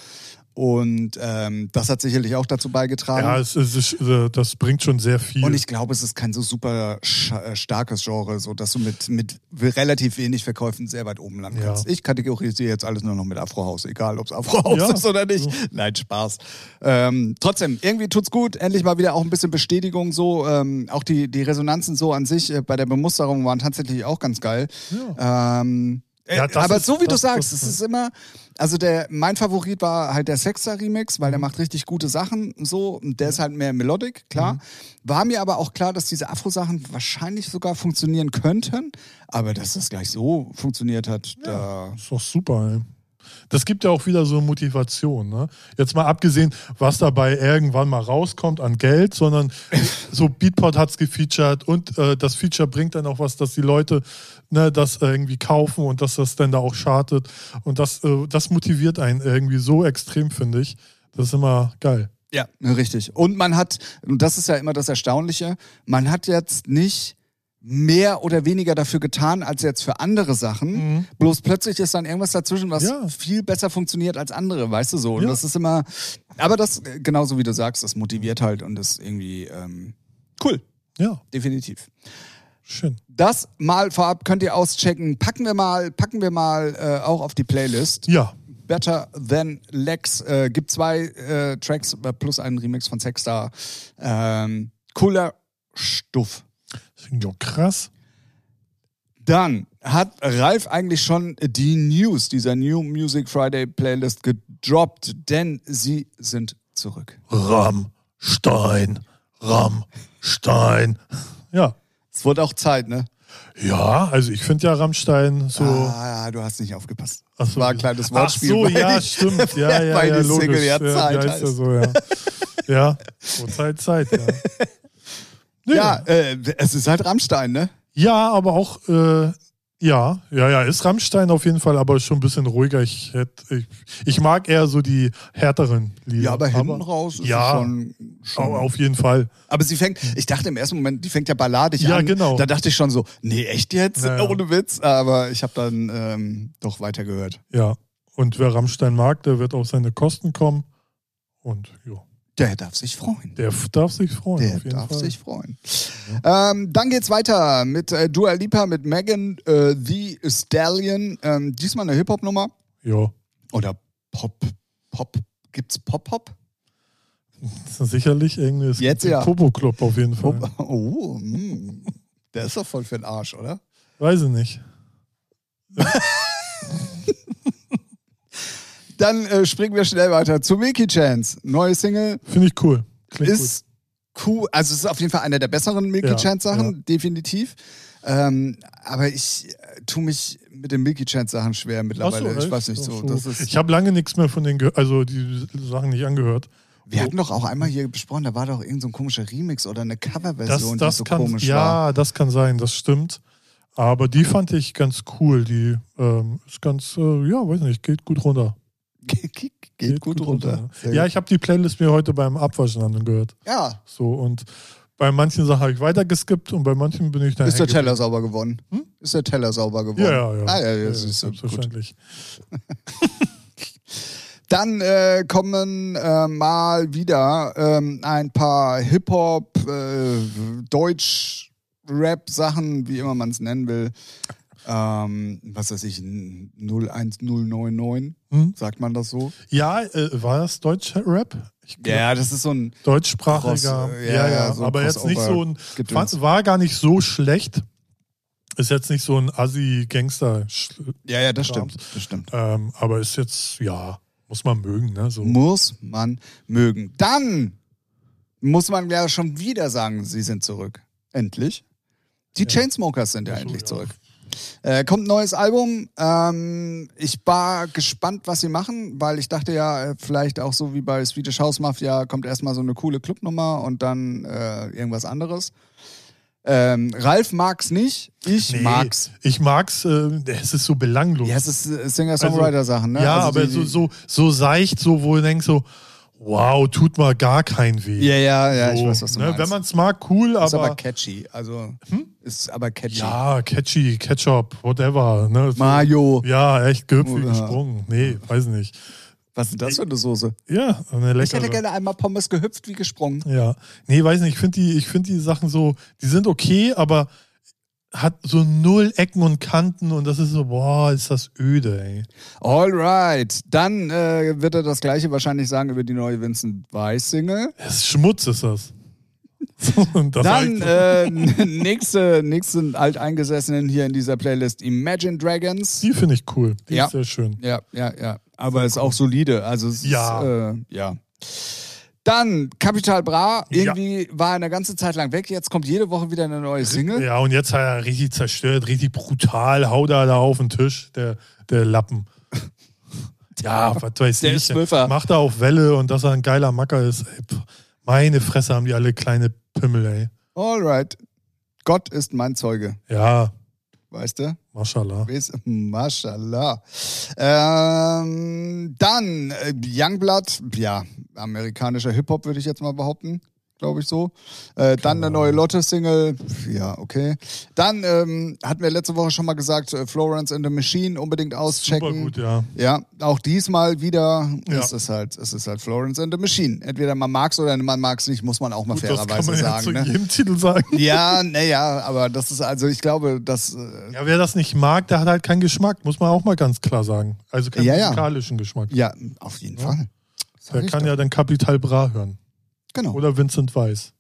Speaker 1: Und ähm, das hat sicherlich auch dazu beigetragen.
Speaker 2: Ja, es, es ist, äh, das bringt schon sehr viel.
Speaker 1: Und ich glaube, es ist kein so super scha- äh, starkes Genre, so dass du mit, mit relativ wenig Verkäufen sehr weit oben landen
Speaker 2: Ja.
Speaker 1: kannst. Ich kategorisiere jetzt alles nur noch mit Afrohaus, egal ob es Afrohaus
Speaker 2: Ja.
Speaker 1: ist oder nicht. Nein, Spaß. Ähm, trotzdem, irgendwie tut's gut. Endlich mal wieder auch ein bisschen Bestätigung so. Ähm, auch die, die Resonanzen so an sich äh, bei der Bemusterung waren tatsächlich auch ganz geil. Ähm, äh,
Speaker 2: Ja, das
Speaker 1: aber
Speaker 2: ist-
Speaker 1: so wie du
Speaker 2: das-
Speaker 1: sagst,
Speaker 2: das-
Speaker 1: es ist immer, also der, mein Favorit war halt der Sexer Remix, weil der macht richtig gute Sachen und so. Und der ist halt mehr melodic,
Speaker 2: Mhm.
Speaker 1: klar. War mir aber auch klar, dass diese Afro-Sachen wahrscheinlich sogar funktionieren könnten, aber dass das gleich so funktioniert hat, da.
Speaker 2: Ist doch super, ey. Das gibt ja auch wieder so eine Motivation. Ne? Jetzt mal abgesehen, was dabei irgendwann mal rauskommt an Geld, sondern so Beatport hat es gefeatured und äh, das Feature bringt dann auch was, dass die Leute ne, das irgendwie kaufen und dass das dann da auch chartet. Und das, äh, das motiviert einen irgendwie so extrem, finde ich. Das ist immer geil.
Speaker 1: Ja, Ne, richtig. Und man hat, und das ist ja immer das Erstaunliche, man hat jetzt nicht mehr oder weniger dafür getan als jetzt für andere Sachen.
Speaker 2: Mhm.
Speaker 1: Bloß plötzlich ist dann irgendwas dazwischen, was
Speaker 2: Ja.
Speaker 1: viel besser funktioniert als andere, weißt du so. Und
Speaker 2: Ja.
Speaker 1: das ist immer, aber das, äh, genauso wie du sagst, das motiviert halt und ist irgendwie ähm, cool,
Speaker 2: Ja,
Speaker 1: definitiv.
Speaker 2: schön.
Speaker 1: Das mal vorab könnt ihr auschecken. Packen wir mal, packen wir mal äh, auch auf die Playlist.
Speaker 2: Ja,
Speaker 1: Better Than Lex. Äh, gibt zwei äh, Tracks äh, plus einen Remix von Sexstar. Ähm, cooler Stuff.
Speaker 2: Das klingt ja krass.
Speaker 1: Dann hat Ralf eigentlich schon die News dieser New Music Friday Playlist gedroppt, denn sie sind zurück.
Speaker 2: Rammstein, Rammstein. Ja,
Speaker 1: Es wurde auch Zeit, ne?
Speaker 2: ja, also ich finde ja Rammstein so.
Speaker 1: Ah, du hast nicht aufgepasst.
Speaker 2: Ach
Speaker 1: Das
Speaker 2: so.
Speaker 1: war ein kleines
Speaker 2: Ach
Speaker 1: Wortspiel.
Speaker 2: so,
Speaker 1: weil
Speaker 2: ja,
Speaker 1: die-
Speaker 2: stimmt. Ja, ja,
Speaker 1: weil
Speaker 2: ja,
Speaker 1: die
Speaker 2: logisch.
Speaker 1: Single ja Zeit
Speaker 2: ja, ist ja
Speaker 1: heißt.
Speaker 2: so, ja. ja, so Zeit, Zeit, ja. Nee,
Speaker 1: ja, äh, es ist halt Rammstein, ne?
Speaker 2: ja, aber auch, äh, ja, ja, ja, ist Rammstein auf jeden Fall, aber schon ein bisschen ruhiger. Ich, hätt, ich, ich mag eher so die härteren Lieder.
Speaker 1: Ja, aber hinten raus ist
Speaker 2: ja,
Speaker 1: es schon, schon
Speaker 2: au- auf jeden Fall.
Speaker 1: Aber sie fängt, ich dachte im ersten Moment, die fängt ja balladig
Speaker 2: Ja,
Speaker 1: an.
Speaker 2: genau.
Speaker 1: Da dachte ich schon so, nee, echt jetzt?
Speaker 2: Ja, ja.
Speaker 1: Ohne Witz. Aber ich habe dann ähm, doch weitergehört.
Speaker 2: Ja, und wer Rammstein mag, der wird auf seine Kosten kommen. Und ja,
Speaker 1: Der darf sich freuen.
Speaker 2: der f- darf sich freuen.
Speaker 1: Der
Speaker 2: auf jeden
Speaker 1: darf
Speaker 2: Fall.
Speaker 1: sich freuen. Ähm, dann geht's weiter mit äh, Dua Lipa, mit Megan äh, The Stallion. Ähm, diesmal eine Hip-Hop-Nummer.
Speaker 2: Ja,
Speaker 1: Oder Pop. Pop. Gibt's Pop-Hop?
Speaker 2: das ist sicherlich irgendwie es
Speaker 1: Jetzt
Speaker 2: gibt den
Speaker 1: ja.
Speaker 2: Popo Club auf jeden Fall.
Speaker 1: Oh, mm. der ist doch voll für den Arsch, oder?
Speaker 2: Weiß ich nicht.
Speaker 1: Dann äh, springen wir schnell weiter zu Milky Chance. Neue Single.
Speaker 2: Finde ich cool. Klingt gut.
Speaker 1: ist cool. Also es ist auf jeden Fall einer der besseren Milky
Speaker 2: Ja,
Speaker 1: Chance Sachen,
Speaker 2: ja.
Speaker 1: definitiv. Ähm, aber ich äh, tue mich mit den Milky Chance Sachen schwer mittlerweile.
Speaker 2: Ach
Speaker 1: ich
Speaker 2: echt?
Speaker 1: weiß nicht
Speaker 2: Ach
Speaker 1: so. Das ist,
Speaker 2: ich habe lange nichts mehr von den, ge- also die Sachen nicht angehört.
Speaker 1: wir hatten doch auch einmal hier besprochen, da war doch irgend so ein komischer Remix oder eine
Speaker 2: Das,
Speaker 1: Coverversion, die
Speaker 2: das
Speaker 1: so
Speaker 2: kann,
Speaker 1: komisch
Speaker 2: ja,
Speaker 1: war.
Speaker 2: das kann sein, das stimmt. Aber die fand ich ganz cool. Die ähm, ist ganz, äh, ja, weiß nicht, geht gut runter.
Speaker 1: Ge- ge- Geht, gut, runter.
Speaker 2: ja. Ja, ich habe die Playlist mir heute beim Abwaschen angehört.
Speaker 1: ja.
Speaker 2: So und bei manchen Sachen habe ich weitergeskippt und bei manchen bin ich dann.
Speaker 1: Ist der
Speaker 2: hängen
Speaker 1: Teller sauber geworden?
Speaker 2: Hm?
Speaker 1: Ist der Teller sauber geworden?
Speaker 2: geblieben. Ja,
Speaker 1: Ah,
Speaker 2: ja, ja.
Speaker 1: ja, ja,
Speaker 2: Ja,
Speaker 1: das ist so gut.
Speaker 2: selbstverständlich.
Speaker 1: Dann äh, kommen äh, mal wieder ähm, ein paar Hip-Hop, äh, Deutsch-Rap-Sachen, wie immer man es nennen will. Ähm, was weiß ich, n- 01099,
Speaker 2: Hm?
Speaker 1: sagt man das so?
Speaker 2: Ja, äh, war das Deutsch-Rap? Ich glaub,
Speaker 1: Ja, das ist so ein.
Speaker 2: Deutschsprachiger.
Speaker 1: Cross, äh, ja,
Speaker 2: ja, ja,
Speaker 1: ja, so ein
Speaker 2: aber jetzt nicht so ein.
Speaker 1: Gedöns.
Speaker 2: Fand, war gar nicht so schlecht. Ist jetzt nicht so ein Assi-Gangster. sch-
Speaker 1: Ja, ja, das
Speaker 2: Kram.
Speaker 1: stimmt. Das stimmt.
Speaker 2: Ähm, aber ist jetzt, ja, muss man mögen, ne? So.
Speaker 1: Muss man mögen. Dann muss man ja schon wieder sagen, sie sind zurück. Endlich. Die Chainsmokers sind ja
Speaker 2: Ach so,
Speaker 1: endlich
Speaker 2: ja.
Speaker 1: zurück. Äh, kommt ein neues Album. Ähm, ich war gespannt, was sie machen, weil ich dachte ja, äh, vielleicht auch so wie bei Swedish House Mafia kommt erstmal so eine coole Clubnummer und dann äh, irgendwas anderes. Ähm, Ralf mag's nicht, ich
Speaker 2: Nee,
Speaker 1: mag's.
Speaker 2: Ich mag's, äh, es ist so belanglos.
Speaker 1: Ja, es ist äh, Singer-Songwriter-Sachen, ne?
Speaker 2: Ja,
Speaker 1: Also
Speaker 2: aber
Speaker 1: die-
Speaker 2: so, so, so seicht, so, wo du denkst, so, wow, tut mal gar kein weh.
Speaker 1: Ja, ja, ja, ich
Speaker 2: so,
Speaker 1: weiß, was du
Speaker 2: ne?
Speaker 1: meinst.
Speaker 2: Wenn man es mag, cool,
Speaker 1: Ist aber
Speaker 2: aber. Hm?
Speaker 1: catchy. Also, ist aber catchy.
Speaker 2: Ja, catchy, Ketchup, whatever. Ne? So,
Speaker 1: Mayo.
Speaker 2: Ja, echt gehüpfig
Speaker 1: Oder-
Speaker 2: gesprungen. Nee, weiß nicht.
Speaker 1: Was ist das für eine Soße?
Speaker 2: Ja, eine
Speaker 1: Ich hätte
Speaker 2: leckere.
Speaker 1: gerne einmal Pommes gehüpft wie gesprungen.
Speaker 2: Ja, nee, weiß nicht. Ich finde die, ich find die Sachen so, die sind okay, aber hat so null Ecken und Kanten und das ist so, boah, ist das öde, ey.
Speaker 1: Alright. Dann äh, wird er das gleiche wahrscheinlich sagen über die neue Vincent Weiss Single.
Speaker 2: Das ist Schmutz ist das. So, und das
Speaker 1: Dann
Speaker 2: sag ich
Speaker 1: äh, nächste, nächsten Alteingesessenen hier in dieser Playlist Imagine
Speaker 2: so.
Speaker 1: Dragons.
Speaker 2: die finde ich cool. Die
Speaker 1: Ja.
Speaker 2: ist sehr schön.
Speaker 1: Ja, ja, ja. Aber ist auch solide. Also es
Speaker 2: Ja.
Speaker 1: ist, äh, ja. Dann Capital Bra. Irgendwie war er eine ganze Zeit lang weg. Jetzt kommt jede Woche wieder eine neue Single.
Speaker 2: Ja, und jetzt hat er richtig zerstört, richtig brutal, hau da, da auf den Tisch, der, der Lappen. Ja, was weiß
Speaker 1: Der
Speaker 2: ich.
Speaker 1: ist Zwölfer.
Speaker 2: Macht er auf Welle und dass er ein geiler Macker ist. Ey, pff, meine Fresse haben die alle kleine Pimmel, ey.
Speaker 1: Alright. Gott ist mein Zeuge,
Speaker 2: Ja,
Speaker 1: weißt du?
Speaker 2: mashallah.
Speaker 1: Wes- Mashallah. Ähm, dann äh, Youngblood, ja, amerikanischer Hip-Hop würde ich jetzt mal behaupten, glaube ich so. Äh, dann eine neue Lotte-Single, ja, okay. Dann ähm, hatten wir letzte Woche schon mal gesagt, äh, Florence and the Machine unbedingt auschecken.
Speaker 2: Super gut, ja.
Speaker 1: Ja, auch diesmal wieder,
Speaker 2: Ja.
Speaker 1: es ist halt, es ist halt Florence and the Machine. Entweder man mag's oder man mag's nicht, muss man auch mal
Speaker 2: Gut, das kann
Speaker 1: fairerweise
Speaker 2: man ja zu
Speaker 1: sagen. Ne?
Speaker 2: jedem Titel sagen.
Speaker 1: Ja, naja, aber das ist also, ich glaube, das äh,
Speaker 2: Ja, wer das nicht mag, der hat halt keinen Geschmack, muss man auch mal ganz klar sagen. Also keinen
Speaker 1: Ja, ja.
Speaker 2: musikalischen Geschmack.
Speaker 1: Ja, auf jeden Fall. Sag
Speaker 2: Der
Speaker 1: ich
Speaker 2: kann
Speaker 1: doch.
Speaker 2: ja dann Capital Bra hören.
Speaker 1: genau.
Speaker 2: Oder Vincent Weiss.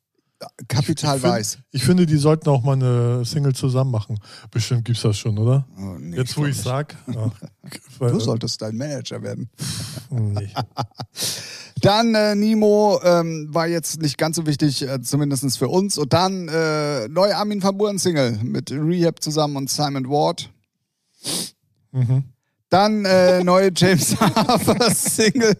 Speaker 1: Kapital
Speaker 2: find-
Speaker 1: Weiß.
Speaker 2: Ich finde, die sollten auch mal eine Single zusammen machen. Bestimmt gibt's das schon, oder?
Speaker 1: Oh, nee,
Speaker 2: Jetzt, wo
Speaker 1: glaub
Speaker 2: ich äh,
Speaker 1: nicht.
Speaker 2: sag. Ach,
Speaker 1: Du solltest dein Manager werden.
Speaker 2: hm, nee.
Speaker 1: Dann äh, Nimo ähm, war jetzt nicht ganz so wichtig, äh, zumindest für uns. Und dann äh, neu Armin van Buren Single mit Rehab zusammen und Simon Ward.
Speaker 2: mhm.
Speaker 1: Dann äh, neue James Harper Single.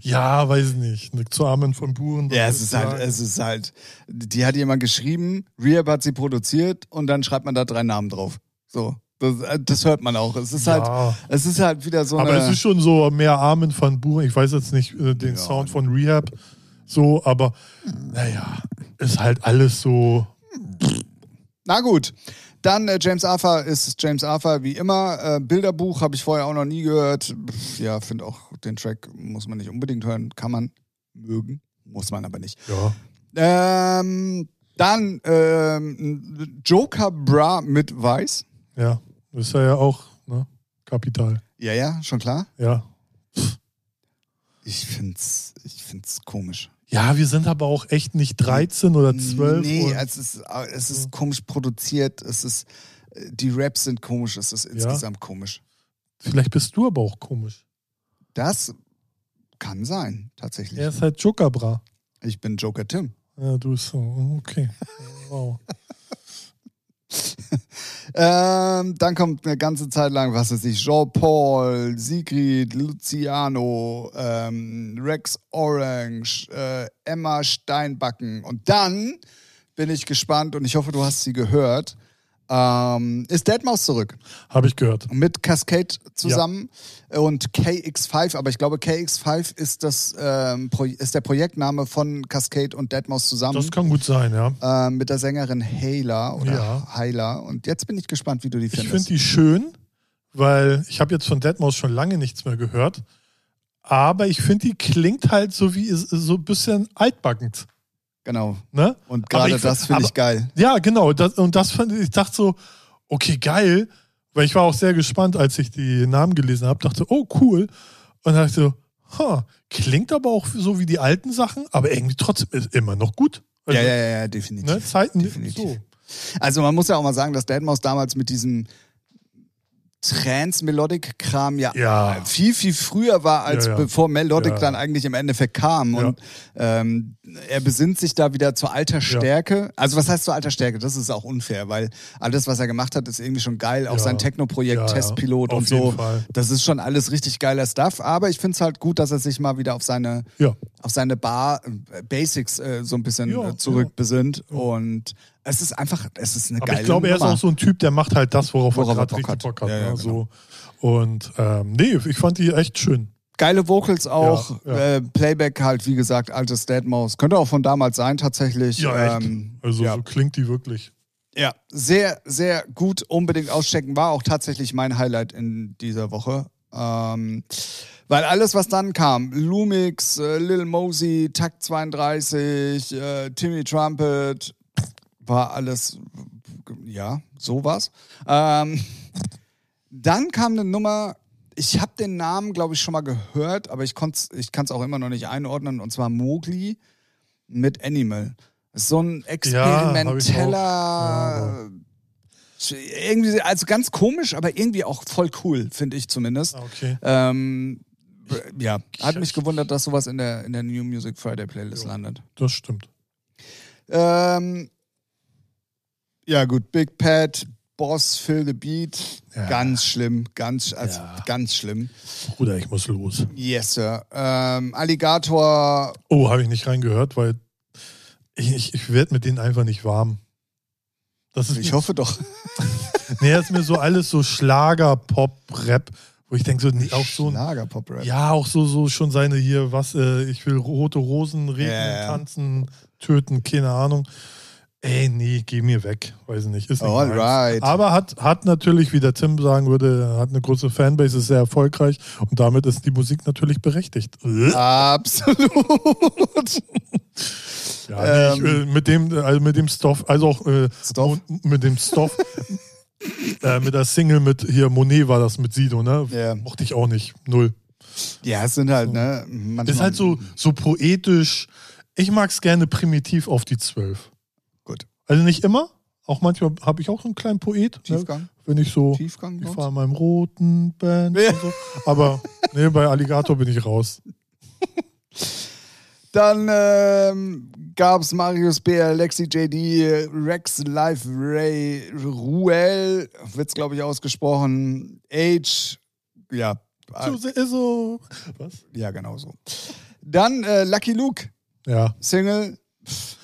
Speaker 2: Ja, weiß nicht. Nick zu Armen von Buren.
Speaker 1: Ja, es ist halt, es ist halt, die hat jemand geschrieben, Rehab hat sie produziert und dann schreibt man da drei Namen drauf. So, das, äh, das hört man auch. Es ist halt,
Speaker 2: Ja.
Speaker 1: es ist halt wieder so
Speaker 2: Aber
Speaker 1: eine.
Speaker 2: es ist schon so mehr Armen von Buren. Ich weiß jetzt nicht äh, den
Speaker 1: Ja.
Speaker 2: Sound von Rehab so, aber naja, ist halt alles so.
Speaker 1: Na gut. Dann äh, James Arthur ist James Arthur wie immer. Äh, Bilderbuch habe ich vorher auch noch nie gehört. Pff, Ja, finde auch den Track muss man nicht unbedingt hören. Kann man mögen, muss man aber nicht.
Speaker 2: Ja.
Speaker 1: Ähm, dann ähm, Joker Bra mit Weiß.
Speaker 2: Ja. Ist er ja auch, ne? Kapital.
Speaker 1: Ja, ja, schon klar.
Speaker 2: Ja.
Speaker 1: Ich find's, ich find's komisch.
Speaker 2: Ja, wir sind aber auch echt nicht 13 oder 12.
Speaker 1: Nee,
Speaker 2: und-
Speaker 1: es ist, äh, es ist komisch produziert. Es ist, äh, die Raps sind komisch. Es ist insgesamt komisch.
Speaker 2: vielleicht bist du aber auch komisch.
Speaker 1: Das kann sein, tatsächlich.
Speaker 2: Er ist halt Jokabra.
Speaker 1: Ich bin Joker Tim.
Speaker 2: Ja, du bist so, okay. Wow.
Speaker 1: Ähm, dann kommt eine ganze Zeit lang, was weiß ich, Jean-Paul, Sigrid, Luciano, ähm, Rex Orange, äh, Emma Steinbacken. Und dann bin ich gespannt und ich hoffe, du hast sie gehört. Ähm, ist Deadmaus zurück
Speaker 2: Habe ich gehört.
Speaker 1: mit Cascade zusammen äh, und KX5, aber ich glaube KX5 ist das ähm, Pro ist der Projektname von Cascade und Deadmaus zusammen.
Speaker 2: Das kann gut sein, ja.
Speaker 1: äh, mit der Sängerin Hayla oder
Speaker 2: Ja.
Speaker 1: Hayla. Und jetzt bin ich gespannt, wie du die
Speaker 2: Ich finde
Speaker 1: findest.
Speaker 2: die schön, weil ich habe jetzt von Deadmaus schon lange nichts mehr gehört. Aber ich finde, die klingt halt so wie so ein bisschen altbackend.
Speaker 1: genau.
Speaker 2: Ne?
Speaker 1: Und
Speaker 2: Aber
Speaker 1: gerade
Speaker 2: ich-
Speaker 1: das finde ich
Speaker 2: aber-
Speaker 1: geil.
Speaker 2: Ja, genau. Das, und das fand ich, ich dachte so, okay, geil. Weil ich war auch sehr gespannt, als ich die Namen gelesen habe, dachte, oh, cool. Und dann dachte ich so, huh, klingt aber auch so wie die alten Sachen, aber irgendwie trotzdem ist immer noch gut. Also,
Speaker 1: ja, ja, ja, ja, definitiv.
Speaker 2: Ne, Zeiten
Speaker 1: Definitiv.
Speaker 2: so.
Speaker 1: Also man muss ja auch mal sagen, dass Deadmaus damals mit diesem Trans-Melodic-Kram ja,
Speaker 2: Ja.
Speaker 1: Äh, viel, viel früher war, als
Speaker 2: Ja, ja.
Speaker 1: bevor Melodic
Speaker 2: Ja, ja.
Speaker 1: dann eigentlich im Endeffekt kam.
Speaker 2: Ja.
Speaker 1: Und ähm, er besinnt sich da wieder zu alter Stärke. Also was heißt zu alter Stärke? Das ist auch unfair, weil alles, was er gemacht hat, ist irgendwie schon geil. Auch
Speaker 2: Ja.
Speaker 1: sein Techno-Projekt,
Speaker 2: Ja, ja.
Speaker 1: Testpilot
Speaker 2: Auf
Speaker 1: und so.
Speaker 2: jeden Fall.
Speaker 1: Das ist schon alles richtig geiler Stuff. Aber ich finde es halt gut, dass er sich mal wieder auf seine
Speaker 2: Ja.
Speaker 1: auf seine Bar äh, Basics äh, so ein bisschen
Speaker 2: Ja,
Speaker 1: äh, zurückbesinnt und es ist einfach, es ist eine
Speaker 2: Aber
Speaker 1: geile
Speaker 2: ich glaube, er ist
Speaker 1: Nummer.
Speaker 2: auch so ein Typ, der macht halt das, worauf,
Speaker 1: Worauf er
Speaker 2: er
Speaker 1: Bock
Speaker 2: gerade
Speaker 1: hat.
Speaker 2: richtig Bock hat.
Speaker 1: Ja, ja, genau.
Speaker 2: ne? so. Und ähm, nee, ich fand die echt schön.
Speaker 1: geile Vocals auch,
Speaker 2: Ja, ja.
Speaker 1: Äh, Playback halt, wie gesagt, altes Deadmaus. Könnte auch von damals sein tatsächlich.
Speaker 2: Ja, echt.
Speaker 1: Ähm,
Speaker 2: also
Speaker 1: ja.
Speaker 2: so klingt die wirklich.
Speaker 1: ja, sehr, sehr gut. Unbedingt auschecken. War auch tatsächlich mein Highlight in dieser Woche. Ähm, weil alles, was dann kam, Lumix, äh, Lil Mosey, Takt 32, äh, Timmy Trumpet, war alles, ja, sowas. Ähm, dann kam eine Nummer, ich habe den Namen, glaube ich, schon mal gehört, aber ich, konnt's- ich kann es auch immer noch nicht einordnen, und zwar Mowgli mit Animal. Ist So ein
Speaker 2: Ja, hab ich auch.
Speaker 1: experimenteller,
Speaker 2: Ja,
Speaker 1: irgendwie, also ganz komisch, aber irgendwie auch voll cool, finde ich zumindest.
Speaker 2: Ah, Okay.
Speaker 1: Ähm, ja, hat mich gewundert, dass sowas in der, in der New Music Friday Playlist
Speaker 2: Ja.
Speaker 1: landet.
Speaker 2: Das stimmt.
Speaker 1: Ähm, ja, gut, Big Pat, Boss, Phil the Beat.
Speaker 2: Ja.
Speaker 1: Ganz schlimm, ganz, also
Speaker 2: Ja.
Speaker 1: ganz schlimm.
Speaker 2: Bruder, ich muss los.
Speaker 1: Yes, Sir. Ähm, Alligator,
Speaker 2: Oh, habe ich nicht reingehört, weil ich, ich, ich werde mit denen einfach nicht warm. Das ist,
Speaker 1: ich hoffe doch.
Speaker 2: nee, das ist mir so alles so Schlager, Pop, Rap, wo ich denke, so, nee, auch so ein
Speaker 1: Lagerpop-Rap.
Speaker 2: Ja, auch so, so schon seine hier, was, äh, ich will rote Rosen regnen,
Speaker 1: Ja, ja.
Speaker 2: tanzen, töten, keine Ahnung. Ey, nee, geh mir weg. Weiß nicht, ist nicht meins.
Speaker 1: Alright.
Speaker 2: Aber hat, hat natürlich, wie der Tim sagen würde, hat eine große Fanbase, ist sehr erfolgreich und damit ist die Musik natürlich berechtigt. Ja,
Speaker 1: Absolut.
Speaker 2: nee, ich, äh, mit dem, also mit dem Stoff, also auch äh,
Speaker 1: Ähm, Stoff?
Speaker 2: Mon- mit dem Stoff, äh, mit der Single mit hier Monet war das mit Sido, ne?
Speaker 1: Ja.
Speaker 2: Mochte ich auch nicht. Null.
Speaker 1: ja, es sind halt, ne? Manchmal,
Speaker 2: Ist halt so, so poetisch. Ich mag es gerne primitiv auf die Zwölf.
Speaker 1: Gut.
Speaker 2: Also nicht immer. Auch manchmal habe ich auch so einen kleinen Poet. Ne?
Speaker 1: Tiefgang.
Speaker 2: Wenn ich so,
Speaker 1: Tiefgang.
Speaker 2: ich
Speaker 1: Gott.
Speaker 2: fahre in meinem roten Band
Speaker 1: Ja.
Speaker 2: und so. Aber nee, bei Alligator bin ich raus.
Speaker 1: Dann ähm, gab es Marius Bär, Lexi JD, Rex Live Ray, Ruel, wird's glaube ich ausgesprochen, Age, ja, äh,
Speaker 2: So, so. Was?
Speaker 1: ja genau so. Dann äh, Lucky Luke,
Speaker 2: Ja.
Speaker 1: Single, pff.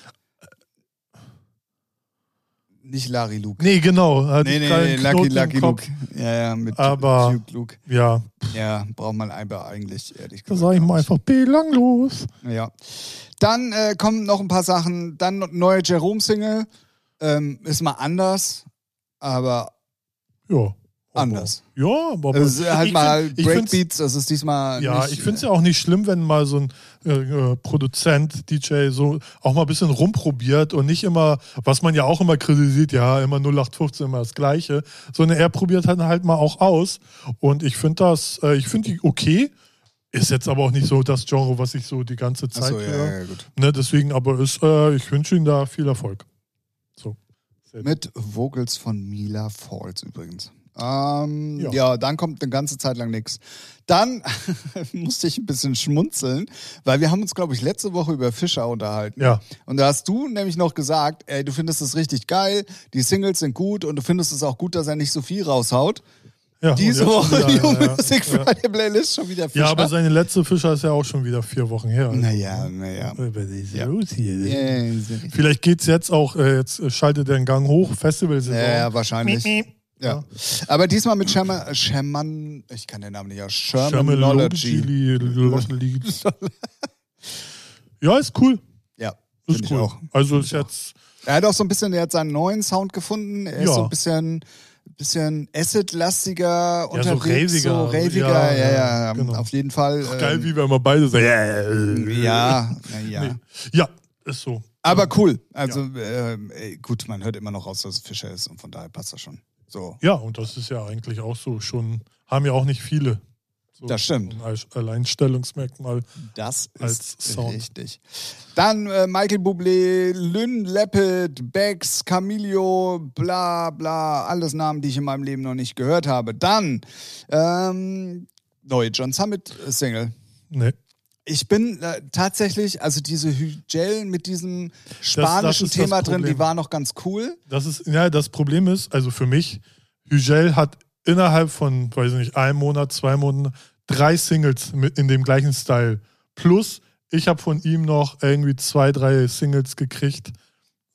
Speaker 1: nicht Larry Luke.
Speaker 2: Nee, genau. Hat
Speaker 1: Nee,
Speaker 2: ich
Speaker 1: nee,
Speaker 2: gerade
Speaker 1: nee,
Speaker 2: einen
Speaker 1: Lucky,
Speaker 2: Knoten im
Speaker 1: Lucky
Speaker 2: Kopf.
Speaker 1: Luke. Ja, ja, mit
Speaker 2: Aber-
Speaker 1: Duke Luke. Genau,
Speaker 2: Ja,
Speaker 1: Ja, braucht man einfach eigentlich, ehrlich
Speaker 2: da
Speaker 1: gesagt.
Speaker 2: sage ich mal einfach belanglos.
Speaker 1: Ja. Dann äh, kommen noch ein paar Sachen. Dann noch- neue Jerome-Single. Ähm, ist mal anders, aber
Speaker 2: Ja. Aber-
Speaker 1: anders.
Speaker 2: Ja, aber
Speaker 1: Es ist halt
Speaker 2: ich
Speaker 1: mal
Speaker 2: find- ich find's-
Speaker 1: Breakbeats, das ist diesmal.
Speaker 2: Ja,
Speaker 1: nicht,
Speaker 2: ich finde es ja auch nicht schlimm, wenn mal so ein äh, äh, Produzent, DJ so auch mal ein bisschen rumprobiert und nicht immer, was man ja auch immer kritisiert, ja, immer 0815, immer das Gleiche, sondern er probiert halt, halt mal auch aus. Und ich finde das, äh, ich finde die okay. Ist jetzt aber auch nicht so das Genre, was ich so die ganze
Speaker 1: äh,
Speaker 2: Zeit
Speaker 1: Achso, ja,
Speaker 2: höre.
Speaker 1: ja, ja, gut.
Speaker 2: Ne, deswegen aber ist, äh, ich wünsche ihm da viel Erfolg. So.
Speaker 1: Mit Vocals von Mila Falls übrigens. Ähm, ja.
Speaker 2: Ja.
Speaker 1: dann kommt eine ganze Zeit lang nichts. Dann musste ich ein bisschen schmunzeln, weil wir haben uns, glaube ich, letzte Woche über Fischer unterhalten.
Speaker 2: Ja.
Speaker 1: Und da hast du nämlich noch gesagt, ey, du findest es richtig geil, die Singles sind gut und du findest es auch gut, dass er nicht so viel raushaut.
Speaker 2: ja
Speaker 1: Diese
Speaker 2: und jetzt
Speaker 1: Woche
Speaker 2: schon
Speaker 1: die
Speaker 2: wieder, ja, ja,
Speaker 1: Music
Speaker 2: ja.
Speaker 1: Friday Playlist schon wieder Fischer.
Speaker 2: ja, aber seine letzte Fischer ist ja auch schon wieder vier Wochen her. also
Speaker 1: naja, naja.
Speaker 2: Über diese
Speaker 1: Ja.
Speaker 2: Route hier.
Speaker 1: Ja, ja, ja.
Speaker 2: Vielleicht geht es jetzt auch, äh, jetzt äh, schaltet er den Gang hoch, Festivalsaison.
Speaker 1: Ja, ja, wahrscheinlich.
Speaker 2: Miep, miep.
Speaker 1: Ja. Aber diesmal mit Sherman, Sherman, ich kann den Namen nicht aus, Shermanology.
Speaker 2: Shermanology. Lolli- Ja, ist cool.
Speaker 1: Ja,
Speaker 2: Ist
Speaker 1: finde ich
Speaker 2: cool.
Speaker 1: auch.
Speaker 2: Also ist jetzt,
Speaker 1: Er hat auch so ein bisschen, er hat seinen neuen Sound gefunden. Er ist
Speaker 2: Ja.
Speaker 1: so ein bisschen, bisschen Acid-lastiger
Speaker 2: Ja, so
Speaker 1: unterwegs.
Speaker 2: raviger.
Speaker 1: So raviger,
Speaker 2: Ja,
Speaker 1: ja, ja.
Speaker 2: ja, genau.
Speaker 1: Auf jeden Fall.
Speaker 2: geil,
Speaker 1: ähm,
Speaker 2: wie wir immer beide sagen. Ja,
Speaker 1: Ja, na ja.
Speaker 2: Nee. ja ist so.
Speaker 1: Aber cool. Also ähm, ey, gut, man hört immer noch raus, dass es Fischer ist und von daher passt das schon. So.
Speaker 2: Ja, und das ist ja eigentlich auch so schon, haben ja auch nicht viele. So
Speaker 1: Das stimmt.
Speaker 2: ein Als- Alleinstellungsmerkmal.
Speaker 1: Das ist
Speaker 2: Als Sound.
Speaker 1: richtig. Dann äh, Michael Bublé, Lynn Leppert, Bex, Camilio, bla bla, alles Namen, die ich in meinem Leben noch nicht gehört habe. Dann ähm, neue John Summit äh, Single.
Speaker 2: Nee.
Speaker 1: Ich bin äh, tatsächlich, also diese Hügel mit diesem
Speaker 2: das
Speaker 1: spanischen
Speaker 2: ist das
Speaker 1: Thema drin, die
Speaker 2: Problem.
Speaker 1: war noch ganz cool.
Speaker 2: Das ist, ja, das Problem ist, also für mich, Hügel hat innerhalb von, weiß ich nicht, einem Monat, zwei Monaten, drei Singles mit in dem gleichen Style. Plus, ich habe von ihm noch irgendwie zwei, drei Singles gekriegt.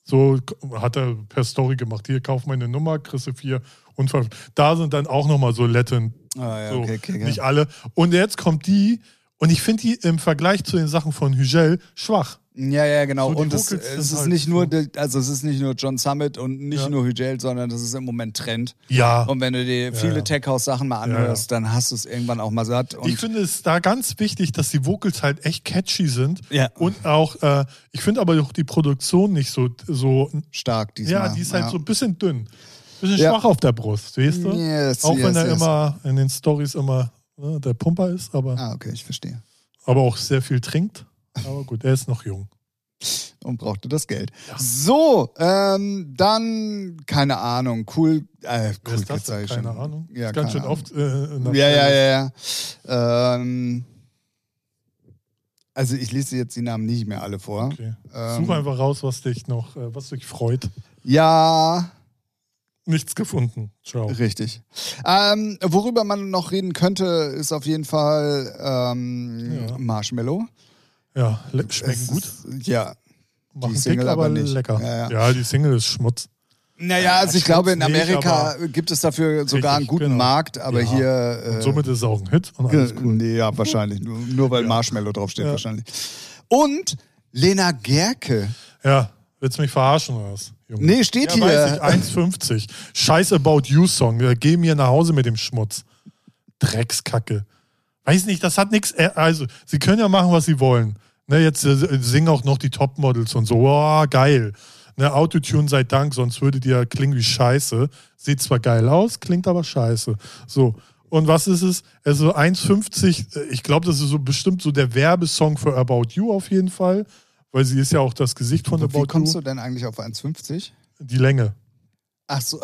Speaker 2: So k- hat er per Story gemacht. Hier, kauf meine Nummer, kriegst du vier. Und veröf- da sind dann auch nochmal so Letten,
Speaker 1: Ah, ja,
Speaker 2: so,
Speaker 1: okay, okay,
Speaker 2: nicht
Speaker 1: ja.
Speaker 2: alle. Und jetzt kommt die, und ich finde die im Vergleich zu den Sachen von Hügel schwach.
Speaker 1: ja, ja, genau.
Speaker 2: So, die
Speaker 1: und es,
Speaker 2: Vocals sind
Speaker 1: es ist
Speaker 2: halt
Speaker 1: nicht nur,
Speaker 2: so.
Speaker 1: die- also es ist nicht nur John Summit und nicht
Speaker 2: Ja.
Speaker 1: nur Hügel, sondern das ist im Moment Trend.
Speaker 2: Ja.
Speaker 1: Und wenn du dir viele
Speaker 2: ja.
Speaker 1: Tech House Sachen mal
Speaker 2: ja.
Speaker 1: anhörst, dann hast du es irgendwann auch mal satt. Und
Speaker 2: ich finde es da ganz wichtig, dass die Vocals halt echt catchy sind.
Speaker 1: Ja.
Speaker 2: Und auch, äh, ich finde aber auch die Produktion nicht so, so
Speaker 1: stark diesmal.
Speaker 2: ja, die ist halt so ein bisschen dünn. Bisschen
Speaker 1: Ja.
Speaker 2: schwach auf der Brust, weißt du?
Speaker 1: Yes,
Speaker 2: auch wenn
Speaker 1: yes,
Speaker 2: er
Speaker 1: yes.
Speaker 2: immer in den Stories immer ne, der Pumper ist, aber,
Speaker 1: Ah, okay, ich verstehe.
Speaker 2: aber auch sehr viel trinkt. Aber gut, er ist noch jung.
Speaker 1: Und brauchte das Geld. So, ähm, dann, keine Ahnung, cool. Äh, cool
Speaker 2: Wer ist das
Speaker 1: Kids sag
Speaker 2: denn?
Speaker 1: ich
Speaker 2: Keine
Speaker 1: schon.
Speaker 2: Ahnung.
Speaker 1: Ja,
Speaker 2: ist
Speaker 1: keine
Speaker 2: ganz schön
Speaker 1: Ahnung.
Speaker 2: oft. Äh, in der
Speaker 1: Ja, ja,
Speaker 2: Playlist.
Speaker 1: ja, ja. Ähm, also ich lese jetzt die Namen nicht mehr alle vor.
Speaker 2: Okay.
Speaker 1: Ähm,
Speaker 2: Such einfach raus, was dich noch, äh, was dich freut.
Speaker 1: Ja,
Speaker 2: Nichts gefunden. Ciao.
Speaker 1: Richtig. Ähm, worüber man noch reden könnte, ist auf jeden Fall ähm,
Speaker 2: Ja.
Speaker 1: Marshmallow.
Speaker 2: Ja, le- schmecken
Speaker 1: Es
Speaker 2: gut.
Speaker 1: Ist, ja.
Speaker 2: Machen
Speaker 1: Single
Speaker 2: dick, aber,
Speaker 1: aber nicht.
Speaker 2: lecker.
Speaker 1: Ja, ja.
Speaker 2: die Single ist Schmutz.
Speaker 1: Naja, also ich
Speaker 2: schmeckt's
Speaker 1: glaube, in
Speaker 2: nicht,
Speaker 1: Amerika gibt es dafür sogar einen
Speaker 2: Richtig,
Speaker 1: guten
Speaker 2: genau.
Speaker 1: Markt, aber
Speaker 2: Ja.
Speaker 1: hier.
Speaker 2: Und
Speaker 1: äh,
Speaker 2: somit ist es auch ein Hit und alles
Speaker 1: Ge-
Speaker 2: cool.
Speaker 1: Nee, ja, wahrscheinlich. Nur, nur weil Marshmallow draufsteht,
Speaker 2: Ja.
Speaker 1: wahrscheinlich. Und Lena Gerke.
Speaker 2: Ja, willst du mich verarschen oder was? Junge?
Speaker 1: Nee, steht
Speaker 2: ja, weiß ich,
Speaker 1: hier.
Speaker 2: 1,50. Scheiß About You Song. Ja, Geh mir nach Hause mit dem Schmutz. Dreckskacke. Weiß nicht, das hat nichts. Also, sie können ja machen, was sie wollen. Ne, jetzt äh, singen auch noch die Topmodels und so. Oh, geil. Ne, Autotune sei Dank, sonst würde die ja klingen wie Scheiße. Sieht zwar geil aus, klingt aber scheiße. So. Und was ist es? Also 1,50, äh, ich glaube, das ist so bestimmt so der Werbesong für About You auf jeden Fall, weil sie ist ja auch das Gesicht von
Speaker 1: Wie
Speaker 2: About
Speaker 1: kommst
Speaker 2: You.
Speaker 1: du denn eigentlich auf 1,50?
Speaker 2: Die Länge.
Speaker 1: Ach so.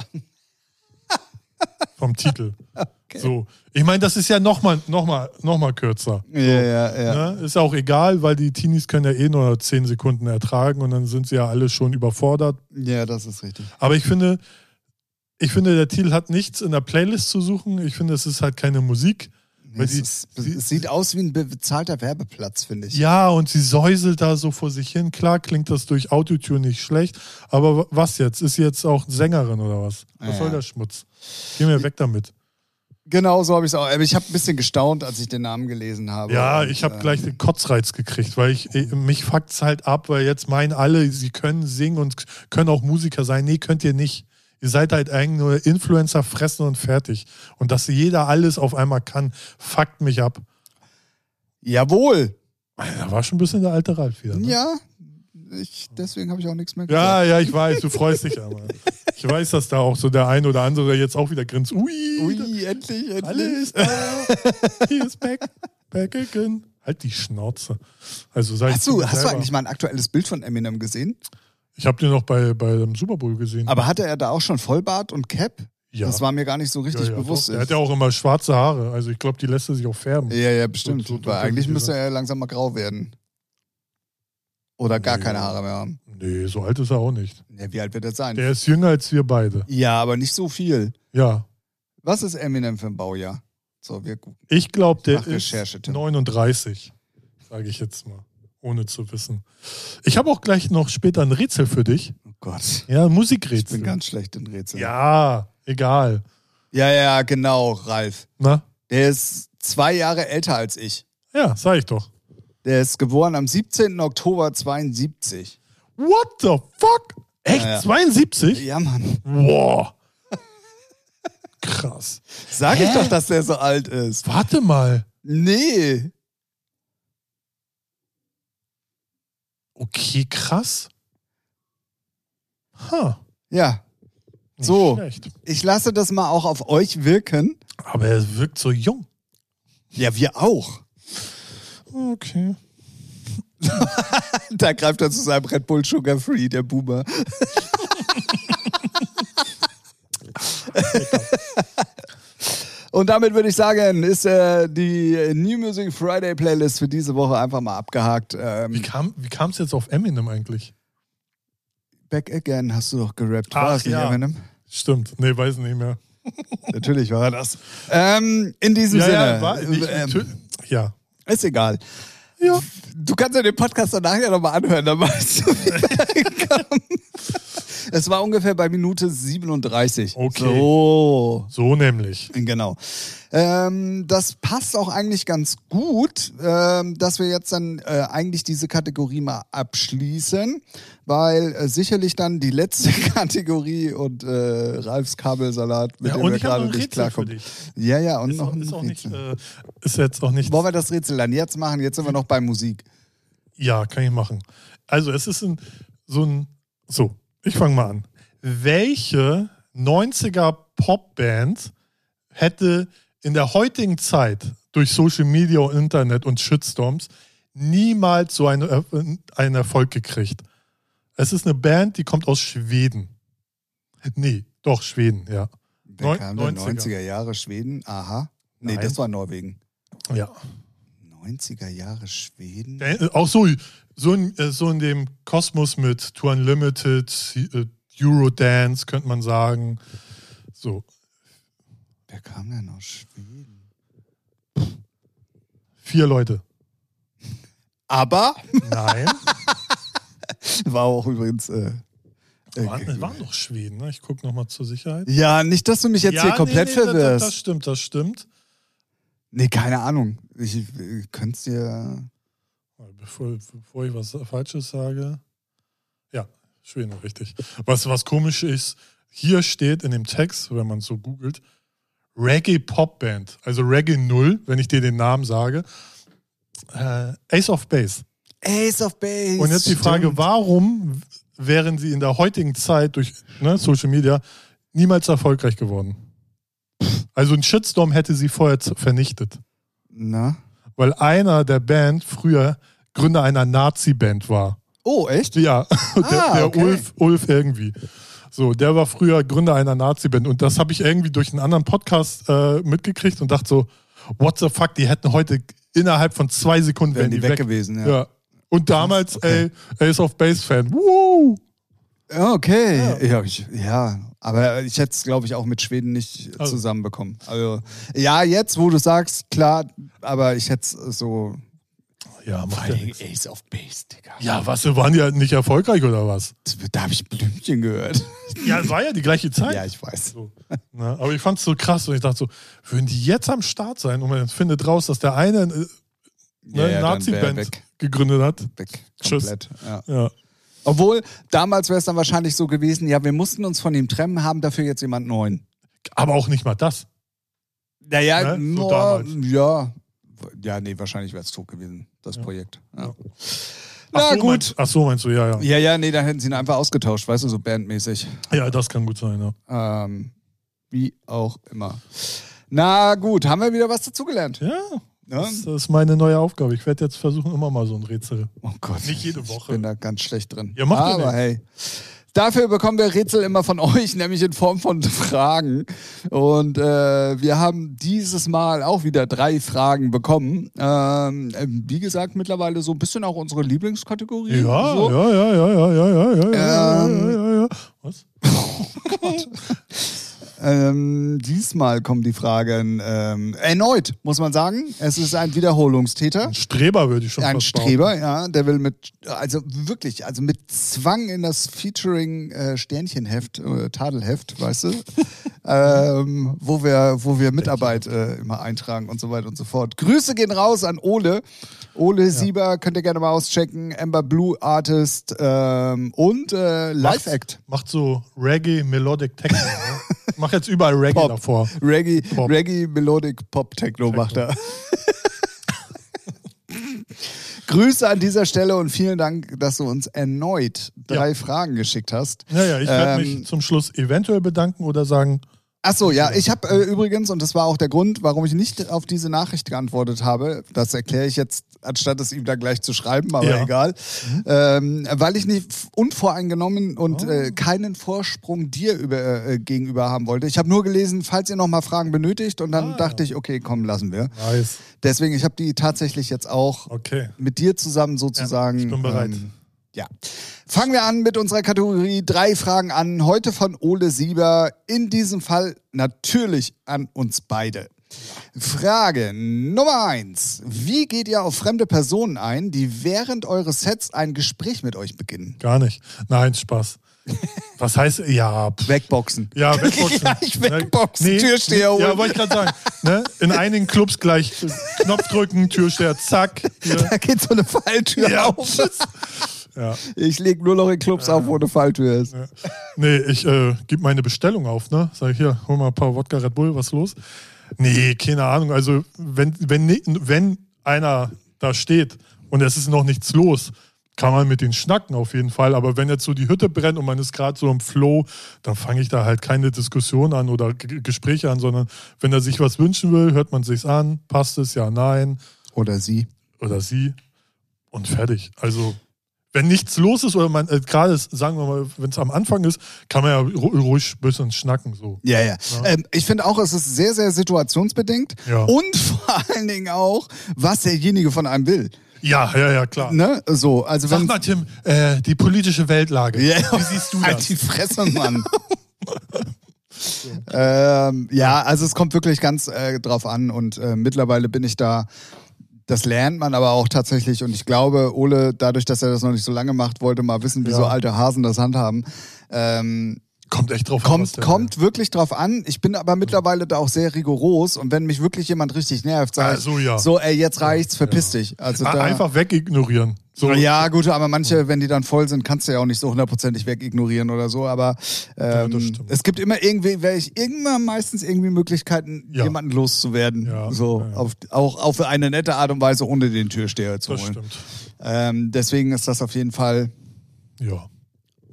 Speaker 2: vom Titel. So, ich meine, das ist ja nochmal noch mal, noch mal kürzer.
Speaker 1: Ja, ja, ja.
Speaker 2: Ne? Ist auch egal, weil die Teenies können ja eh nur 10 Sekunden ertragen und dann sind sie ja alle schon überfordert.
Speaker 1: Ja, das ist richtig.
Speaker 2: Aber ich finde, ich finde, der Titel hat nichts in der Playlist zu suchen. Ich finde, es ist halt keine Musik. Weil
Speaker 1: es,
Speaker 2: die-
Speaker 1: ist,
Speaker 2: sie-
Speaker 1: es sieht aus wie ein be- bezahlter Werbeplatz, finde ich.
Speaker 2: Ja, und sie säuselt da so vor sich hin. Klar klingt das durch Autotune nicht schlecht, aber w- was jetzt? Ist sie jetzt auch Sängerin oder was? Was
Speaker 1: Ja.
Speaker 2: soll der Schmutz? Geh mir weg damit.
Speaker 1: Genau so habe ich es auch. Aber ich habe ein bisschen gestaunt, als ich den Namen gelesen habe.
Speaker 2: Ja,
Speaker 1: Und,
Speaker 2: ich habe
Speaker 1: äh,
Speaker 2: gleich den Kotzreiz gekriegt, weil ich eh, mich fuckt's halt ab, weil jetzt meinen alle, sie können singen und können auch Musiker sein. Nee, könnt ihr nicht. Ihr seid halt eigentlich nur Influencer fressen und fertig. Und dass jeder alles auf einmal kann, fuckt mich ab.
Speaker 1: Jawohl.
Speaker 2: Da war schon ein bisschen der alte Ralf wieder. Ne?
Speaker 1: Ja. Ich, deswegen habe ich auch nichts mehr gesagt.
Speaker 2: Ja, ja, ich weiß, du freust dich aber. Ich weiß, dass da auch so der ein oder andere jetzt auch wieder grinst. Ui,
Speaker 1: Ui, endlich, endlich.
Speaker 2: alles da. He is back, back again. Halt die Schnauze. Also sag ich
Speaker 1: Hast du,
Speaker 2: mir
Speaker 1: hast du
Speaker 2: selber.
Speaker 1: eigentlich mal ein aktuelles Bild von Eminem gesehen?
Speaker 2: Ich habe den noch bei, bei dem Super Bowl gesehen.
Speaker 1: Aber hatte er da auch schon Vollbart und Cap?
Speaker 2: ja.
Speaker 1: Das war mir gar nicht so richtig
Speaker 2: ja, ja,
Speaker 1: bewusst.
Speaker 2: Doch. Er hat ja auch immer schwarze Haare. Also ich glaube, die lässt er sich auch färben.
Speaker 1: ja, ja, bestimmt.
Speaker 2: So- so- so-
Speaker 1: Weil eigentlich
Speaker 2: so-
Speaker 1: müsste er ja langsam mal grau werden. Oder gar
Speaker 2: Nee.
Speaker 1: keine Haare mehr haben.
Speaker 2: Nee, so alt ist er auch nicht.
Speaker 1: Ja, wie alt wird er sein?
Speaker 2: Der ist jünger als wir beide.
Speaker 1: ja, aber nicht so viel.
Speaker 2: Ja.
Speaker 1: Was ist Eminem für ein Baujahr? So, wir gucken.
Speaker 2: Ich glaube, der
Speaker 1: Mach
Speaker 2: ist
Speaker 1: Recherche, Tim.
Speaker 2: 39, sage ich jetzt mal, ohne zu wissen. Ich habe auch gleich noch später ein Rätsel für dich.
Speaker 1: Oh Gott.
Speaker 2: Ja, ein
Speaker 1: Ich bin
Speaker 2: Musikrätsel.
Speaker 1: ganz schlecht in Rätseln.
Speaker 2: Ja, egal.
Speaker 1: ja, ja, genau, Ralf.
Speaker 2: Na?
Speaker 1: Der ist zwei Jahre älter als ich.
Speaker 2: Ja, sag ich doch.
Speaker 1: Der ist geboren am 17. Oktober 72.
Speaker 2: What the fuck? Echt?
Speaker 1: Ja, ja.
Speaker 2: 72?
Speaker 1: Ja, Mann.
Speaker 2: Wow. Krass.
Speaker 1: Sag ich
Speaker 2: Hä?
Speaker 1: doch, dass der so alt ist.
Speaker 2: Warte mal.
Speaker 1: Nee.
Speaker 2: Okay, krass. Ha.
Speaker 1: Ja,
Speaker 2: nicht
Speaker 1: So.
Speaker 2: Schlecht.
Speaker 1: Ich lasse das mal auch auf euch wirken.
Speaker 2: Aber er wirkt so jung.
Speaker 1: Ja, wir auch.
Speaker 2: Okay.
Speaker 1: Da greift er zu seinem Red Bull Sugar Free, der Boomer. Und damit würde ich sagen, ist äh, die New Music Friday Playlist für diese Woche einfach mal abgehakt.
Speaker 2: Wie
Speaker 1: Ähm,
Speaker 2: kam es jetzt auf Eminem eigentlich?
Speaker 1: Back Again hast du doch gerappt.
Speaker 2: Ach,
Speaker 1: War es nicht,
Speaker 2: ja.
Speaker 1: Eminem?
Speaker 2: Stimmt. Nee, weiß nicht mehr.
Speaker 1: Natürlich war er das. Ähm, in diesem
Speaker 2: Ja,
Speaker 1: Sinne.
Speaker 2: ja, war, ich,
Speaker 1: ähm,
Speaker 2: tü- ja.
Speaker 1: ist egal.
Speaker 2: Ja.
Speaker 1: Du kannst ja den Podcast danach ja nochmal anhören, dann weißt du, wie wir hinkommen. Es war ungefähr bei Minute 37.
Speaker 2: Okay.
Speaker 1: So.
Speaker 2: So nämlich.
Speaker 1: Genau. Ähm, das passt auch eigentlich ganz gut, ähm, dass wir jetzt dann äh, eigentlich diese Kategorie mal abschließen, weil äh, sicherlich dann die letzte Kategorie und äh, Ralfs Kabelsalat, mit
Speaker 2: Ja,
Speaker 1: dem
Speaker 2: und
Speaker 1: wir
Speaker 2: ich habe
Speaker 1: gerade
Speaker 2: noch ein
Speaker 1: nicht
Speaker 2: Rätsel für
Speaker 1: klarkommen.
Speaker 2: dich.
Speaker 1: Ja, ja, und
Speaker 2: Ist,
Speaker 1: noch
Speaker 2: auch,
Speaker 1: ein
Speaker 2: ist, auch nicht,
Speaker 1: Rätsel.
Speaker 2: äh, ist jetzt auch nicht.
Speaker 1: Wollen wir das Rätsel dann jetzt machen? Jetzt sind wir noch bei Musik.
Speaker 2: Ja, kann ich machen. Also es ist ein, so ein, so, ich fange mal an. Welche 90er Popband hätte in der heutigen Zeit durch Social Media und Internet und Shitstorms niemals so einen, äh, einen Erfolg gekriegt? Es ist eine Band, die kommt aus Schweden. Nee, doch, Schweden, ja.
Speaker 1: Wer
Speaker 2: Neun-
Speaker 1: kam denn?
Speaker 2: 90er?
Speaker 1: 90er Jahre Schweden? Aha. Nee,
Speaker 2: Nein.
Speaker 1: das war Norwegen.
Speaker 2: Ja.
Speaker 1: 90er Jahre Schweden?
Speaker 2: Äh, Auch so, so in, äh, so in dem Kosmos mit Tour Unlimited, äh, Eurodance, könnte man sagen. So.
Speaker 1: Wer kam denn aus Schweden?
Speaker 2: Vier Leute.
Speaker 1: Aber
Speaker 2: Nein.
Speaker 1: war auch übrigens. Äh, äh,
Speaker 2: waren, waren doch Schweden, ne? Ich gucke nochmal zur Sicherheit.
Speaker 1: ja, nicht, dass du mich jetzt
Speaker 2: Ja,
Speaker 1: hier
Speaker 2: nee,
Speaker 1: komplett
Speaker 2: nee, Das, das
Speaker 1: verwirrst.
Speaker 2: stimmt, das stimmt.
Speaker 1: Nee, keine Ahnung. Ich, ich könnte es dir.
Speaker 2: Bevor, bevor ich was Falsches sage. Ja, Schweden, richtig. Was, was komisch ist, hier steht in dem Text, wenn man so googelt, Reggae Pop Band, also Reggae Null, wenn ich dir den Namen sage. Äh, Ace of Base.
Speaker 1: Ace of Base.
Speaker 2: Und jetzt die Frage,
Speaker 1: stimmt.
Speaker 2: warum wären sie in der heutigen Zeit durch ne, Social Media niemals erfolgreich geworden? Also ein Shitstorm hätte sie vorher z- vernichtet,
Speaker 1: Na?
Speaker 2: weil einer der Band früher Gründer einer Nazi-Band war.
Speaker 1: Oh, echt?
Speaker 2: Ja, der, der
Speaker 1: Ah, okay.
Speaker 2: Ulf, Ulf irgendwie. So, der war früher Gründer einer Nazi-Band und das habe ich irgendwie durch einen anderen Podcast äh, mitgekriegt und dachte so, what the fuck, die hätten heute innerhalb von zwei Sekunden
Speaker 1: Wären die weg,
Speaker 2: weg.
Speaker 1: gewesen, ja.
Speaker 2: Ja. Und damals,
Speaker 1: Okay.
Speaker 2: ey, Ace of Base Fan. Woo!
Speaker 1: Ja, Okay. Ja, ich, ja. aber ich hätte es, glaube ich, auch mit Schweden nicht
Speaker 2: Also.
Speaker 1: zusammenbekommen. Also, ja, jetzt, wo du sagst, klar, aber ich hätte es so.
Speaker 2: Ja, macht ja nichts.
Speaker 1: Ace of Base, Digga.
Speaker 2: Ja, was, wir waren ja nicht erfolgreich oder was?
Speaker 1: Da habe ich Blümchen gehört.
Speaker 2: Ja, es war ja die gleiche Zeit.
Speaker 1: Ja, ich weiß.
Speaker 2: So, ne? Aber ich fand's so krass und ich dachte so, würden die jetzt am Start sein und man findet raus, dass der eine äh,
Speaker 1: Ja,
Speaker 2: ne,
Speaker 1: ja, dann wär
Speaker 2: Nazi-Band
Speaker 1: weg.
Speaker 2: gegründet hat.
Speaker 1: Weg.
Speaker 2: Tschüss.
Speaker 1: Komplett. Ja.
Speaker 2: Ja.
Speaker 1: Obwohl, damals wäre es dann wahrscheinlich so gewesen, ja, wir mussten uns von ihm trennen, haben dafür jetzt jemand neuen.
Speaker 2: Aber auch nicht mal das.
Speaker 1: Naja,
Speaker 2: Ne? So
Speaker 1: no,
Speaker 2: damals.
Speaker 1: ja. Ja, nee, wahrscheinlich wäre es tot gewesen, das Projekt. Ja.
Speaker 2: Ach
Speaker 1: Na
Speaker 2: so,
Speaker 1: gut.
Speaker 2: Meinst, ach so, meinst du, ja, ja.
Speaker 1: Ja, ja, nee, da hätten sie ihn einfach ausgetauscht, weißt du, so bandmäßig.
Speaker 2: Ja, das kann gut sein, ja.
Speaker 1: Ähm, wie auch immer. Na gut, haben wir wieder was dazugelernt.
Speaker 2: Ja,
Speaker 1: Ne?
Speaker 2: das ist meine neue Aufgabe. Ich werde jetzt versuchen, immer mal so ein Rätsel.
Speaker 1: Oh Gott.
Speaker 2: Nicht jede
Speaker 1: Ich
Speaker 2: Woche.
Speaker 1: bin da ganz schlecht drin.
Speaker 2: Ja, macht ja
Speaker 1: Aber hey. Dafür bekommen wir Rätsel immer von euch, nämlich in Form von Fragen. Und äh, wir haben dieses Mal auch wieder drei Fragen bekommen. Ähm, wie gesagt, mittlerweile so ein bisschen auch unsere Lieblingskategorie.
Speaker 2: Ja,
Speaker 1: so.
Speaker 2: ja, ja, ja, ja, ja, ja, ja, ja,
Speaker 1: Ähm.
Speaker 2: ja, ja, ja. Was?
Speaker 1: Ähm, diesmal kommen die Fragen ähm, erneut, muss man sagen. Es ist ein Wiederholungstäter.
Speaker 2: Ein Streber würde ich schon
Speaker 1: Ein
Speaker 2: fast behaupten.
Speaker 1: Streber, ja, der will mit, also wirklich, also mit Zwang in das Featuring äh, Sternchenheft, äh, Tadelheft, weißt du, ähm, wo, wir, wo wir Mitarbeit äh, immer eintragen und so weiter und so fort. Grüße gehen raus an Ole. Ole Sieber, könnt ihr gerne mal auschecken. Amber Blue Artist ähm, und äh, Live Act.
Speaker 2: Macht so Reggae, Melodic Techno. ne? Mach jetzt überall Reggae
Speaker 1: Pop.
Speaker 2: davor.
Speaker 1: Reggae,
Speaker 2: Pop.
Speaker 1: Reggae Melodic Pop Techno macht er. Grüße an dieser Stelle und vielen Dank, dass du uns erneut drei Fragen geschickt hast.
Speaker 2: Ja, ja, ich werde
Speaker 1: Ähm,
Speaker 2: mich zum Schluss eventuell bedanken oder sagen,
Speaker 1: Ach so, ja, ich habe äh, übrigens, und das war auch der Grund, warum ich nicht auf diese Nachricht geantwortet habe, das erkläre ich jetzt, anstatt es ihm da gleich zu schreiben, aber
Speaker 2: Ja.
Speaker 1: egal, ähm, weil ich nicht f- unvoreingenommen
Speaker 2: Oh.
Speaker 1: und äh, keinen Vorsprung dir über, äh, gegenüber haben wollte. Ich habe nur gelesen, falls ihr nochmal Fragen benötigt, und dann
Speaker 2: Ah.
Speaker 1: dachte ich, okay, komm, lassen wir.
Speaker 2: nice,
Speaker 1: Deswegen, ich habe die tatsächlich jetzt auch
Speaker 2: okay.
Speaker 1: mit dir zusammen sozusagen. ähm,
Speaker 2: Ja, ich bin bereit.
Speaker 1: ja. Fangen wir an mit unserer Kategorie drei Fragen an. Heute von Ole Sieber. In diesem Fall natürlich an uns beide. Frage Nummer eins. Wie geht ihr auf fremde Personen ein, die während eures Sets ein Gespräch mit euch beginnen?
Speaker 2: Gar nicht. Nein, Spaß. Was heißt, ja, pff.
Speaker 1: Wegboxen.
Speaker 2: Ja, wegboxen.
Speaker 1: Gleich wegboxen,
Speaker 2: Ne,
Speaker 1: Türsteher holen.
Speaker 2: Ja, wollte ich gerade sagen. Ne? In einigen Clubs gleich Knopf drücken, Türsteher, zack. Hier.
Speaker 1: Da geht so eine Falltür
Speaker 2: Ja.
Speaker 1: auf.
Speaker 2: Ja.
Speaker 1: Ich lege nur noch in Clubs auf, wo eine Falltür ist.
Speaker 2: Nee, ich äh, gebe meine Bestellung auf, ne? Sag ich hier, hol mal ein paar Wodka Red Bull, was los? Nee, keine Ahnung. Also, wenn, wenn, ni- wenn einer da steht und es ist noch nichts los, kann man mit denen schnacken auf jeden Fall. Aber wenn jetzt so die Hütte brennt und man ist gerade so im Flow, dann fange ich da halt keine Diskussion an oder G Gespräche an, sondern wenn er sich was wünschen will, hört man sich's an, passt es, ja, nein
Speaker 1: Oder sie.
Speaker 2: oder sie und fertig. Also, wenn nichts los ist oder man äh, gerade, ist, sagen wir mal, wenn es am Anfang ist, kann man ja ru ruhig ein bisschen schnacken. So.
Speaker 1: Ja, ja. Ähm, ich finde auch, es ist sehr, sehr situationsbedingt.
Speaker 2: Ja.
Speaker 1: Und vor allen Dingen auch, was derjenige von einem will.
Speaker 2: Ja, ja, ja, klar.
Speaker 1: Ne? So, also
Speaker 2: Sag
Speaker 1: wenn.
Speaker 2: mal, Tim, äh, die politische Weltlage.
Speaker 1: Ja.
Speaker 2: Wie siehst du
Speaker 1: Halt
Speaker 2: das?
Speaker 1: die Fresse, Mann. Ähm, ja, also es kommt wirklich ganz äh, drauf an und äh, mittlerweile bin ich da. Das lernt man aber auch tatsächlich und ich glaube, Ole, dadurch, dass er das noch nicht so lange macht, wollte mal wissen, wie
Speaker 2: Ja.
Speaker 1: so alte Hasen das handhaben. Ähm,
Speaker 2: Kommt echt drauf an. was
Speaker 1: kommt
Speaker 2: der
Speaker 1: kommt wirklich drauf an. Ich bin aber mittlerweile da auch sehr rigoros und wenn mich wirklich jemand richtig nervt, sage
Speaker 2: Ah,
Speaker 1: ich,
Speaker 2: so, ja.
Speaker 1: so ey, jetzt reicht's, verpiss dich. Also
Speaker 2: will.
Speaker 1: da,
Speaker 2: Ah, einfach wegignorieren. So,
Speaker 1: ja, gut, aber manche, wenn die dann voll sind, kannst du ja auch nicht so hundertprozentig wegignorieren oder so. Aber ähm,
Speaker 2: das stimmt.
Speaker 1: es gibt immer irgendwie, wäre ich irgendwann meistens irgendwie Möglichkeiten,
Speaker 2: Ja.
Speaker 1: jemanden loszuwerden.
Speaker 2: Ja,
Speaker 1: So
Speaker 2: ja, ja.
Speaker 1: Auf, auch auf eine nette Art und Weise, ohne den Türsteher zu
Speaker 2: das
Speaker 1: holen.
Speaker 2: stimmt.
Speaker 1: Ähm, deswegen ist das auf jeden Fall.
Speaker 2: Ja.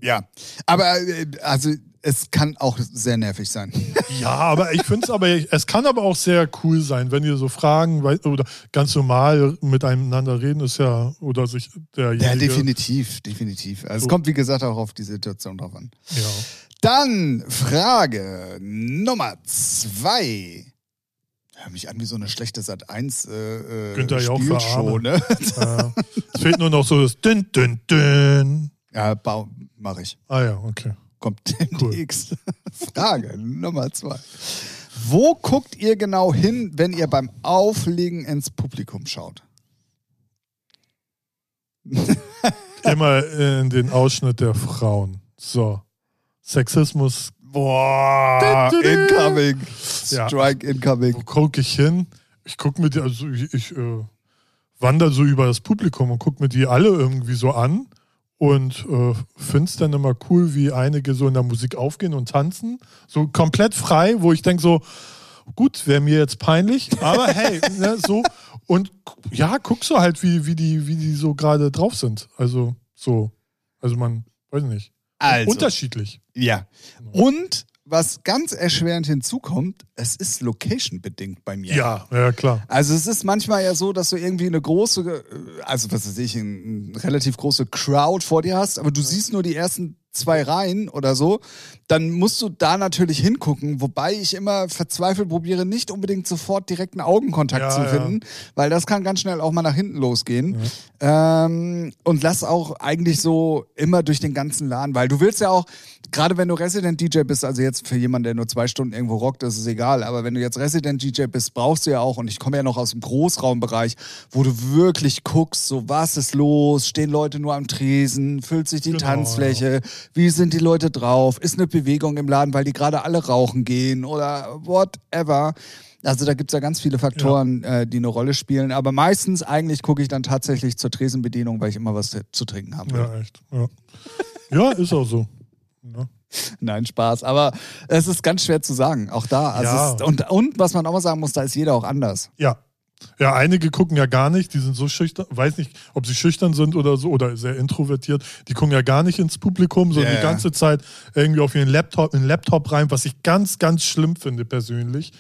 Speaker 1: Ja. Aber äh, also es kann auch sehr nervig sein.
Speaker 2: Ja, aber ich finde es aber, es kann aber auch sehr cool sein, wenn ihr so Fragen wei- oder ganz normal miteinander reden ist ja, oder sich der
Speaker 1: ja, definitiv, definitiv. Also es
Speaker 2: So.
Speaker 1: kommt, wie gesagt, auch auf die Situation drauf an.
Speaker 2: Ja.
Speaker 1: Dann Frage Nummer zwei. Hör mich an wie so eine schlechte Sat 1 äh, äh,
Speaker 2: Günther Jauch für
Speaker 1: Spielshow, ne?
Speaker 2: Ja. Äh, es fehlt nur noch so das Dün, Dün, Dün.
Speaker 1: Ja, bau, mach ich.
Speaker 2: Ah ja, okay.
Speaker 1: Kommt demnächst. Frage Nummer zwei. Wo guckt ihr genau hin, wenn ihr beim Auflegen ins Publikum schaut?
Speaker 2: Immer in den Ausschnitt der Frauen. So. Sexismus. Boah.
Speaker 1: incoming.
Speaker 2: Ah, Ja.
Speaker 1: Strike
Speaker 2: Wo
Speaker 1: incoming.
Speaker 2: gucke ich hin? Ich gucke mir die, also ich, ich äh, wandere so über das Publikum und gucke mir die alle irgendwie so an und äh, finde es dann immer cool, wie einige so in der Musik aufgehen und tanzen. So komplett frei, wo ich denke so, gut, wäre mir jetzt peinlich, aber hey, ne, so. Und ja, guck so halt, wie, wie, die, wie die so gerade drauf sind. Also so. Also man, weiß nicht.
Speaker 1: Also,
Speaker 2: Unterschiedlich.
Speaker 1: ja.
Speaker 2: Mhm.
Speaker 1: Und was ganz erschwerend hinzukommt, es ist location-bedingt bei mir.
Speaker 2: Ja, ja, klar.
Speaker 1: Also es ist manchmal ja so, dass du irgendwie eine große, äh, also was weiß ich, ein- eine relativ große Crowd vor dir hast, aber du siehst nur die ersten zwei Reihen oder so, dann musst du da natürlich hingucken, wobei ich immer verzweifelt probiere, nicht unbedingt sofort direkten Augenkontakt
Speaker 2: Ja,
Speaker 1: zu
Speaker 2: ja.
Speaker 1: finden, weil das kann ganz schnell auch mal nach hinten losgehen. Ähm, und lass auch eigentlich so immer durch den ganzen Laden, weil du willst ja auch, gerade wenn du Resident DJ bist, also jetzt für jemanden, der nur zwei Stunden irgendwo rockt, ist es egal, aber wenn du jetzt Resident DJ bist, brauchst du ja auch, und ich komme ja noch aus dem Großraumbereich, wo du wirklich guckst, so was ist los, stehen Leute nur am Tresen, füllt sich die
Speaker 2: Genau,
Speaker 1: Tanzfläche, wie sind die Leute drauf, ist eine Bewegung im Laden, weil die gerade alle rauchen gehen oder whatever. Also da gibt's ja ganz viele Faktoren, äh, die eine Rolle spielen. Aber meistens eigentlich gucke ich dann tatsächlich zur Tresenbedienung, weil ich immer was zu- zu trinken haben will.
Speaker 2: Ja, echt. Ja, ja ist auch so. Ja.
Speaker 1: Nein, Spaß. Aber es ist ganz schwer zu sagen. Auch da. Also
Speaker 2: Ja.
Speaker 1: es ist, und, und was man auch mal sagen muss, da ist jeder auch anders.
Speaker 2: Ja. Ja, einige gucken ja gar nicht, die sind so schüchtern, weiß nicht, ob sie schüchtern sind oder so oder sehr introvertiert. Die gucken ja gar nicht ins Publikum, sondern
Speaker 1: Ja,
Speaker 2: die
Speaker 1: ja.
Speaker 2: ganze Zeit irgendwie auf ihren Laptop, in den Laptop rein, was ich ganz, ganz schlimm finde persönlich.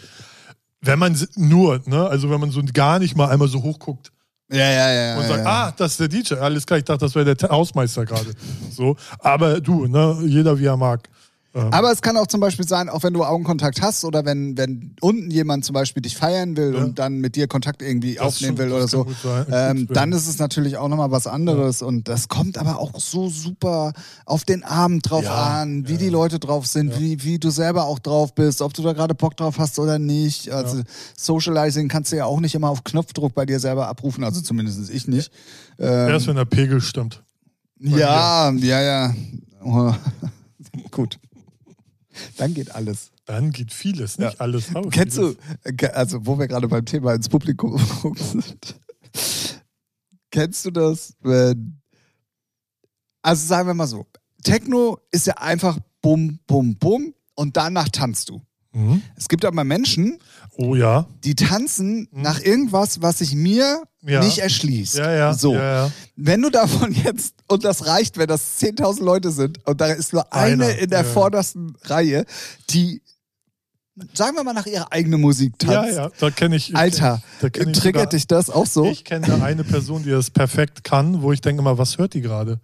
Speaker 2: Wenn man s- nur, ne, also wenn man so gar nicht mal einmal so hochguckt
Speaker 1: Ja, ja, ja.
Speaker 2: und
Speaker 1: ja,
Speaker 2: sagt,
Speaker 1: ja.
Speaker 2: ah, das ist der DJ, alles klar, ich dachte, das wäre der Te- Hausmeister gerade. So, aber du, ne, jeder wie er mag. Ähm,
Speaker 1: Aber es kann auch zum Beispiel sein, auch wenn du Augenkontakt hast oder wenn, wenn unten jemand zum Beispiel dich feiern will
Speaker 2: Ja.
Speaker 1: und dann mit dir Kontakt irgendwie
Speaker 2: Das
Speaker 1: aufnehmen
Speaker 2: stimmt,
Speaker 1: will
Speaker 2: das
Speaker 1: oder
Speaker 2: kann
Speaker 1: so,
Speaker 2: gut sein, gut
Speaker 1: ähm,
Speaker 2: sein.
Speaker 1: dann ist es natürlich auch nochmal was anderes und das kommt aber auch so super auf den Abend drauf
Speaker 2: Ja,
Speaker 1: an, wie
Speaker 2: ja,
Speaker 1: die
Speaker 2: ja.
Speaker 1: Leute drauf sind, wie, wie du selber auch drauf bist, ob du da gerade Bock drauf hast oder nicht. Also Socializing kannst du ja auch nicht immer auf Knopfdruck bei dir selber abrufen, also zumindest ich nicht. Ähm.
Speaker 2: erst wenn der Pegel stimmt.
Speaker 1: Ja, ja, ja. Oh. Gut. Dann geht alles.
Speaker 2: Dann geht vieles, nicht alles. aber
Speaker 1: Kennst
Speaker 2: vieles.
Speaker 1: du, äh, also wo wir gerade beim Thema ins Publikum sind, kennst du das, wenn, also sagen wir mal so, Techno ist ja einfach bum, bum, bum und danach tanzt du.
Speaker 2: Mhm.
Speaker 1: Es gibt aber Menschen,
Speaker 2: Oh ja.
Speaker 1: die tanzen nach irgendwas, was sich mir
Speaker 2: Mhm. Ja.
Speaker 1: nicht erschließt.
Speaker 2: Ja, ja.
Speaker 1: So.
Speaker 2: Ja, ja.
Speaker 1: Wenn du davon jetzt, und das reicht, wenn das 10.000 Leute sind, und da ist nur eine
Speaker 2: Einer,
Speaker 1: in der
Speaker 2: ja, ja.
Speaker 1: vordersten Reihe, die, sagen wir mal, nach ihrer eigenen Musik
Speaker 2: ja,
Speaker 1: tanzt.
Speaker 2: ja. Da kenne ich.
Speaker 1: Alter, äh,
Speaker 2: da kenn ich sogar-
Speaker 1: triggert dich das auch so?
Speaker 2: Ich kenne da eine Person, die das perfekt kann, wo ich denke immer, was hört die gerade?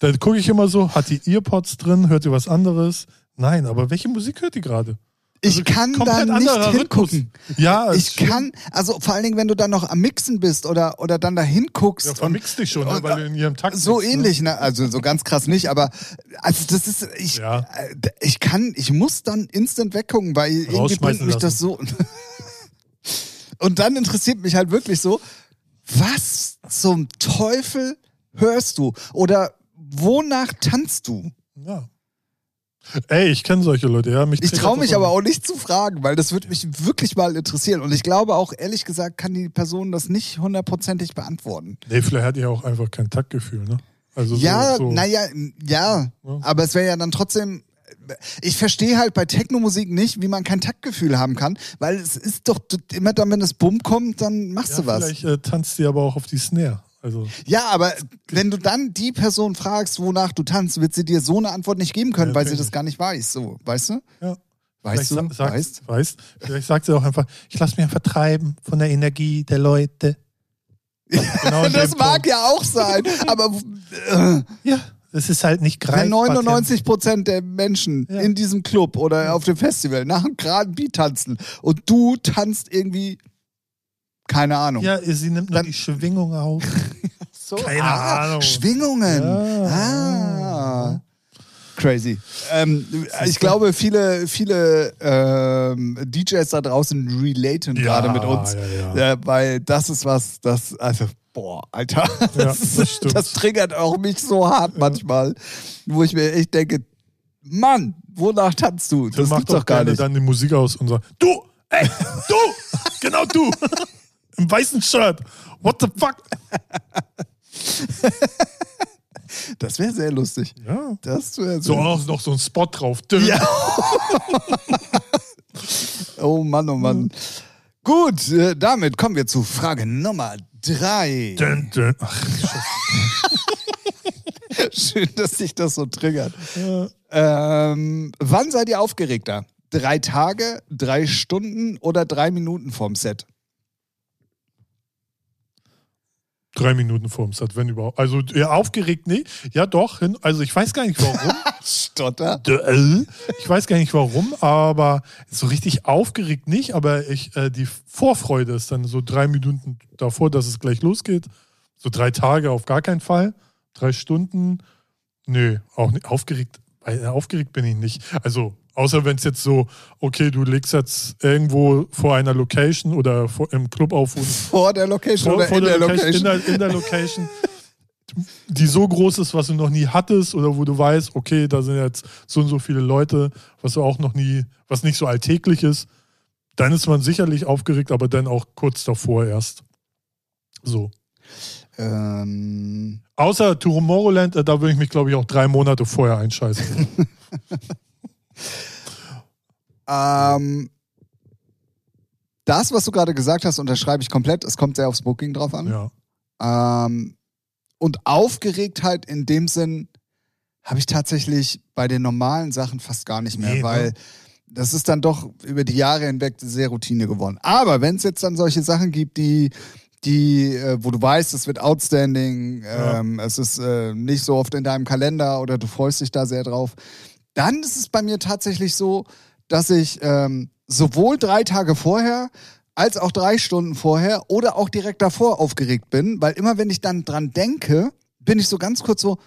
Speaker 2: Dann gucke ich immer so, hat die Earpods drin, hört die was anderes? Nein, aber welche Musik hört die gerade?
Speaker 1: Ich kann da
Speaker 2: also komplett
Speaker 1: nicht
Speaker 2: anderer Rhythmus.
Speaker 1: hingucken.
Speaker 2: Ja, es
Speaker 1: Ich
Speaker 2: stimmt.
Speaker 1: kann, also vor allen Dingen, wenn du dann noch am Mixen bist oder, oder dann da
Speaker 2: Ja,
Speaker 1: hinguckst. und
Speaker 2: vermixt dich schon, ne,
Speaker 1: und-
Speaker 2: weil du in ihrem Takt
Speaker 1: so
Speaker 2: bist, ne?
Speaker 1: ähnlich, ne? also so ganz krass nicht, aber also das ist, ich,
Speaker 2: Ja.
Speaker 1: äh, ich kann, ich muss dann instant weggucken, weil irgendwie bringt
Speaker 2: Rausschmeißen
Speaker 1: mich das so. Und dann interessiert mich halt wirklich so, was zum Teufel hörst du oder wonach tanzt du?
Speaker 2: Ja. Ey, ich kenne solche Leute, ja. Mich
Speaker 1: Ich
Speaker 2: triggert
Speaker 1: traue
Speaker 2: das
Speaker 1: mich aber auch nicht zu fragen, weil das würde mich wirklich mal interessieren. Und ich glaube auch, ehrlich gesagt, kann die Person das nicht hundertprozentig beantworten.
Speaker 2: Nee, vielleicht hat ihr auch einfach kein Taktgefühl, ne? Also
Speaker 1: Ja,
Speaker 2: so, so.
Speaker 1: naja, ja,
Speaker 2: Ja.
Speaker 1: aber es wäre ja dann trotzdem. Ich verstehe halt bei Technomusik nicht, wie man kein Taktgefühl haben kann, weil es ist doch d- immer dann, wenn das Bumm kommt, dann machst
Speaker 2: ja,
Speaker 1: du was.
Speaker 2: Vielleicht äh, tanzt ihr aber auch auf die Snare. Also,
Speaker 1: Ja, aber wenn du dann die Person fragst, wonach du tanzt, wird sie dir so eine Antwort nicht geben können,
Speaker 2: Ja,
Speaker 1: weil sie
Speaker 2: natürlich.
Speaker 1: das gar nicht weiß. So, weißt du?
Speaker 2: ja.
Speaker 1: Weißt
Speaker 2: vielleicht
Speaker 1: du?
Speaker 2: sa- sagt-
Speaker 1: weißt?
Speaker 2: weißt? Vielleicht sagt sie auch einfach, ich lasse mich einfach treiben von der Energie der Leute. Genau in
Speaker 1: Das
Speaker 2: dem
Speaker 1: mag ja auch sein, aber äh,
Speaker 2: Ton. Ja, es ist halt nicht
Speaker 1: wenn
Speaker 2: greifbar.
Speaker 1: 99 Prozent der Menschen
Speaker 2: Ja.
Speaker 1: in diesem Club oder auf dem Festival nach einem geraden Beat tanzen und du tanzt irgendwie, keine Ahnung.
Speaker 2: Ja, sie nimmt nur
Speaker 1: Dann-
Speaker 2: die Schwingung auf.
Speaker 1: So, ah,
Speaker 2: Keine Ahnung.
Speaker 1: Schwingungen.
Speaker 2: Ja.
Speaker 1: Ah. Crazy. Ähm, ich glaube, viele, viele ähm, DJs da draußen relaten
Speaker 2: Ja,
Speaker 1: gerade mit uns.
Speaker 2: ja, ja.
Speaker 1: Äh, weil das ist was, das, also, boah, Alter. Das,
Speaker 2: das stimmt.
Speaker 1: das triggert auch mich so hart manchmal, wo ich mir echt denke, Mann, wonach tanzt du?
Speaker 2: Das
Speaker 1: Das
Speaker 2: macht
Speaker 1: gibt's
Speaker 2: doch
Speaker 1: doch gar
Speaker 2: gerne
Speaker 1: nicht.
Speaker 2: dann die Musik aus und sagt, du, ey, du, genau du, im weißen Shirt, what the fuck?
Speaker 1: Das wäre sehr lustig.
Speaker 2: Ja.
Speaker 1: Das wäre
Speaker 2: So
Speaker 1: sehr-
Speaker 2: auch noch so ein Spot drauf. Dünn.
Speaker 1: Ja. Oh Mann, oh
Speaker 2: Hm.
Speaker 1: Mann. Gut, äh, damit kommen wir zu Frage Nummer drei.
Speaker 2: Dünn, dünn. Ach,
Speaker 1: Schön, dass dich das so triggert.
Speaker 2: ja.
Speaker 1: Ähm, wann seid ihr aufgeregter? Drei Tage, drei Stunden oder drei Minuten vorm Set?
Speaker 2: Drei Minuten vor dem Start, wenn überhaupt. Also ja, aufgeregt, nee. Ja, doch. Hin, also ich weiß gar nicht warum.
Speaker 1: Stotter?
Speaker 2: D- äh, ich weiß gar nicht warum, aber so richtig aufgeregt nicht. Aber ich, äh, die Vorfreude ist dann so drei Minuten davor, dass es gleich losgeht. So drei Tage auf gar keinen Fall. Drei Stunden. Nö, auch nicht. Aufgeregt, äh, aufgeregt bin ich nicht. Also, außer wenn es jetzt so, okay, du legst jetzt irgendwo vor einer Location oder vor, im Club auf, wo du
Speaker 1: Vor der Location
Speaker 2: vor,
Speaker 1: oder
Speaker 2: vor
Speaker 1: in der Location?
Speaker 2: In der, in der Location, die so groß ist, was du noch nie hattest oder wo du weißt, okay, da sind jetzt so und so viele Leute, was du auch noch nie, was nicht so alltäglich ist, dann ist man sicherlich aufgeregt, aber dann auch kurz davor erst. So.
Speaker 1: ähm,
Speaker 2: Außer Tomorrowland, äh, da würde ich mich, glaube ich, auch drei Monate vorher einscheißen.
Speaker 1: ähm, das, was du gerade gesagt hast, unterschreibe ich komplett. Es kommt sehr aufs Booking drauf an.
Speaker 2: ja.
Speaker 1: Ähm, und Aufgeregtheit in dem Sinn habe ich tatsächlich bei den normalen Sachen fast gar nicht mehr,
Speaker 2: Nee, ne?
Speaker 1: weil das ist dann doch über die Jahre hinweg sehr Routine geworden. Aber wenn es jetzt dann solche Sachen gibt, die die, äh, wo du weißt, es wird outstanding,
Speaker 2: Ja.
Speaker 1: ähm, es ist äh, nicht so oft in deinem Kalender oder du freust dich da sehr drauf, dann ist es bei mir tatsächlich so, dass ich ähm, sowohl drei Tage vorher als auch drei Stunden vorher oder auch direkt davor aufgeregt bin, weil immer wenn ich dann dran denke, bin ich so ganz kurz so,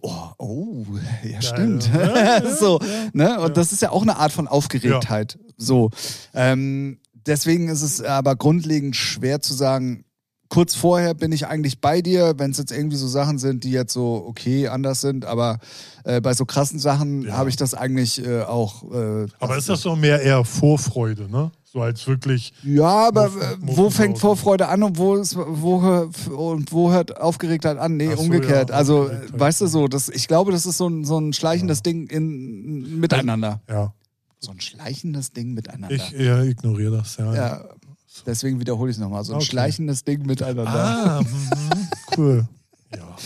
Speaker 1: oh, oh ja stimmt.
Speaker 2: ja, ja,
Speaker 1: so,
Speaker 2: ja.
Speaker 1: ne? Und das ist ja auch eine Art von Aufgeregtheit. So. Ähm, deswegen ist es aber grundlegend schwer zu sagen, kurz vorher bin ich eigentlich bei dir, wenn es jetzt irgendwie so Sachen sind, die jetzt so okay anders sind, aber äh, bei so krassen Sachen
Speaker 2: Ja.
Speaker 1: habe ich das eigentlich äh, auch. Äh,
Speaker 2: Aber ist das doch mehr eher Vorfreude, ne? So als wirklich,
Speaker 1: Ja, aber
Speaker 2: Muff-
Speaker 1: äh, wo
Speaker 2: Muffenpause.
Speaker 1: fängt Vorfreude an und wo, ist, wo, hör- und wo hört Aufgeregtheit an? Nee,
Speaker 2: Ach so,
Speaker 1: umgekehrt.
Speaker 2: ja,
Speaker 1: also, äh,
Speaker 2: Aufgeregtheit,
Speaker 1: weißt du
Speaker 2: ja.
Speaker 1: so, das, ich glaube, das ist so ein, so ein schleichendes Ding in, miteinander.
Speaker 2: ja,
Speaker 1: So ein schleichendes Ding miteinander.
Speaker 2: ich eher ignoriere das, ja.
Speaker 1: ja, deswegen wiederhole ich es nochmal. So ein
Speaker 2: Okay.
Speaker 1: schleichendes Ding miteinander.
Speaker 2: Ah, mhm, cool. Ja.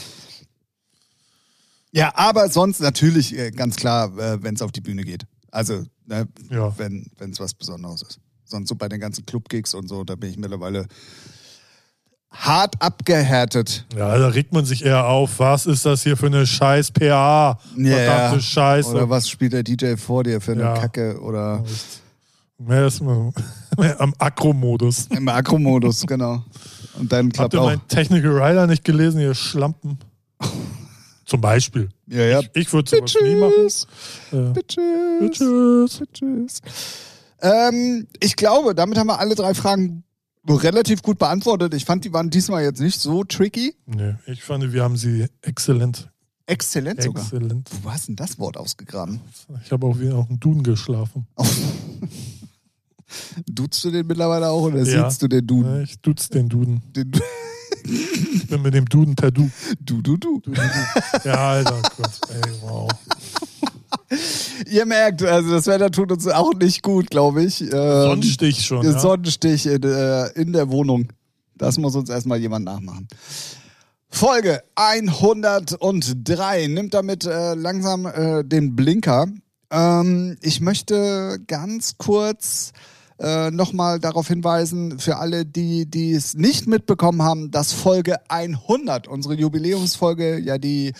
Speaker 1: Ja, aber sonst natürlich äh, ganz klar, äh, wenn es auf die Bühne geht. Also, ne,
Speaker 2: Ja.
Speaker 1: wenn es was Besonderes ist. Sonst so bei den ganzen Clubgigs und so, da bin ich mittlerweile hart abgehärtet.
Speaker 2: Ja, da regt man sich eher auf. Was ist das hier für eine scheiß PA?
Speaker 1: Ja,
Speaker 2: Verdammte
Speaker 1: ja.
Speaker 2: Scheiße.
Speaker 1: Oder was spielt der DJ vor dir für eine
Speaker 2: Ja.
Speaker 1: Kacke? Oder
Speaker 2: Mehr ist man am Akromodus.
Speaker 1: Im Akromodus, genau. Und dann
Speaker 2: Habt
Speaker 1: klappt
Speaker 2: ihr
Speaker 1: auch.
Speaker 2: meinen Technical Rider nicht gelesen, ihr Schlampen? Zum Beispiel.
Speaker 1: Ja, ja.
Speaker 2: Ich würde sowas nie
Speaker 1: Bitches.
Speaker 2: machen. Äh,
Speaker 1: Bitches.
Speaker 2: tschüss.
Speaker 1: Bitches. Ähm, ich glaube, damit haben wir alle drei Fragen relativ gut beantwortet. Ich fand, die waren diesmal jetzt nicht so tricky.
Speaker 2: Nee, ich fand, wir haben sie exzellent.
Speaker 1: Exzellent sogar.
Speaker 2: Exzellent.
Speaker 1: Wo hast denn das Wort ausgegraben?
Speaker 2: Ich habe auch wieder auf dem Duden geschlafen.
Speaker 1: Duzt du den mittlerweile auch oder
Speaker 2: Ja.
Speaker 1: siehst du den Duden?
Speaker 2: Ja, Ich duz den Duden.
Speaker 1: Den
Speaker 2: Ich bin mit dem Duden per Du.
Speaker 1: du, du, du.
Speaker 2: Duden, Duden. Ja, Alter, Gott. Ey, wow.
Speaker 1: Ähm, Ihr merkt, also das Wetter tut uns auch nicht gut, glaube ich. Ähm,
Speaker 2: Sonnenstich schon.
Speaker 1: Der
Speaker 2: Ja.
Speaker 1: Sonnenstich in, äh, in der Wohnung. Das muss uns erstmal jemand nachmachen. Folge 103 nimmt damit äh, langsam äh, den Blinker. Ähm, ich möchte ganz kurz äh, nochmal darauf hinweisen, für alle, die die es nicht mitbekommen haben, dass Folge 100, unsere Jubiläumsfolge, ja die,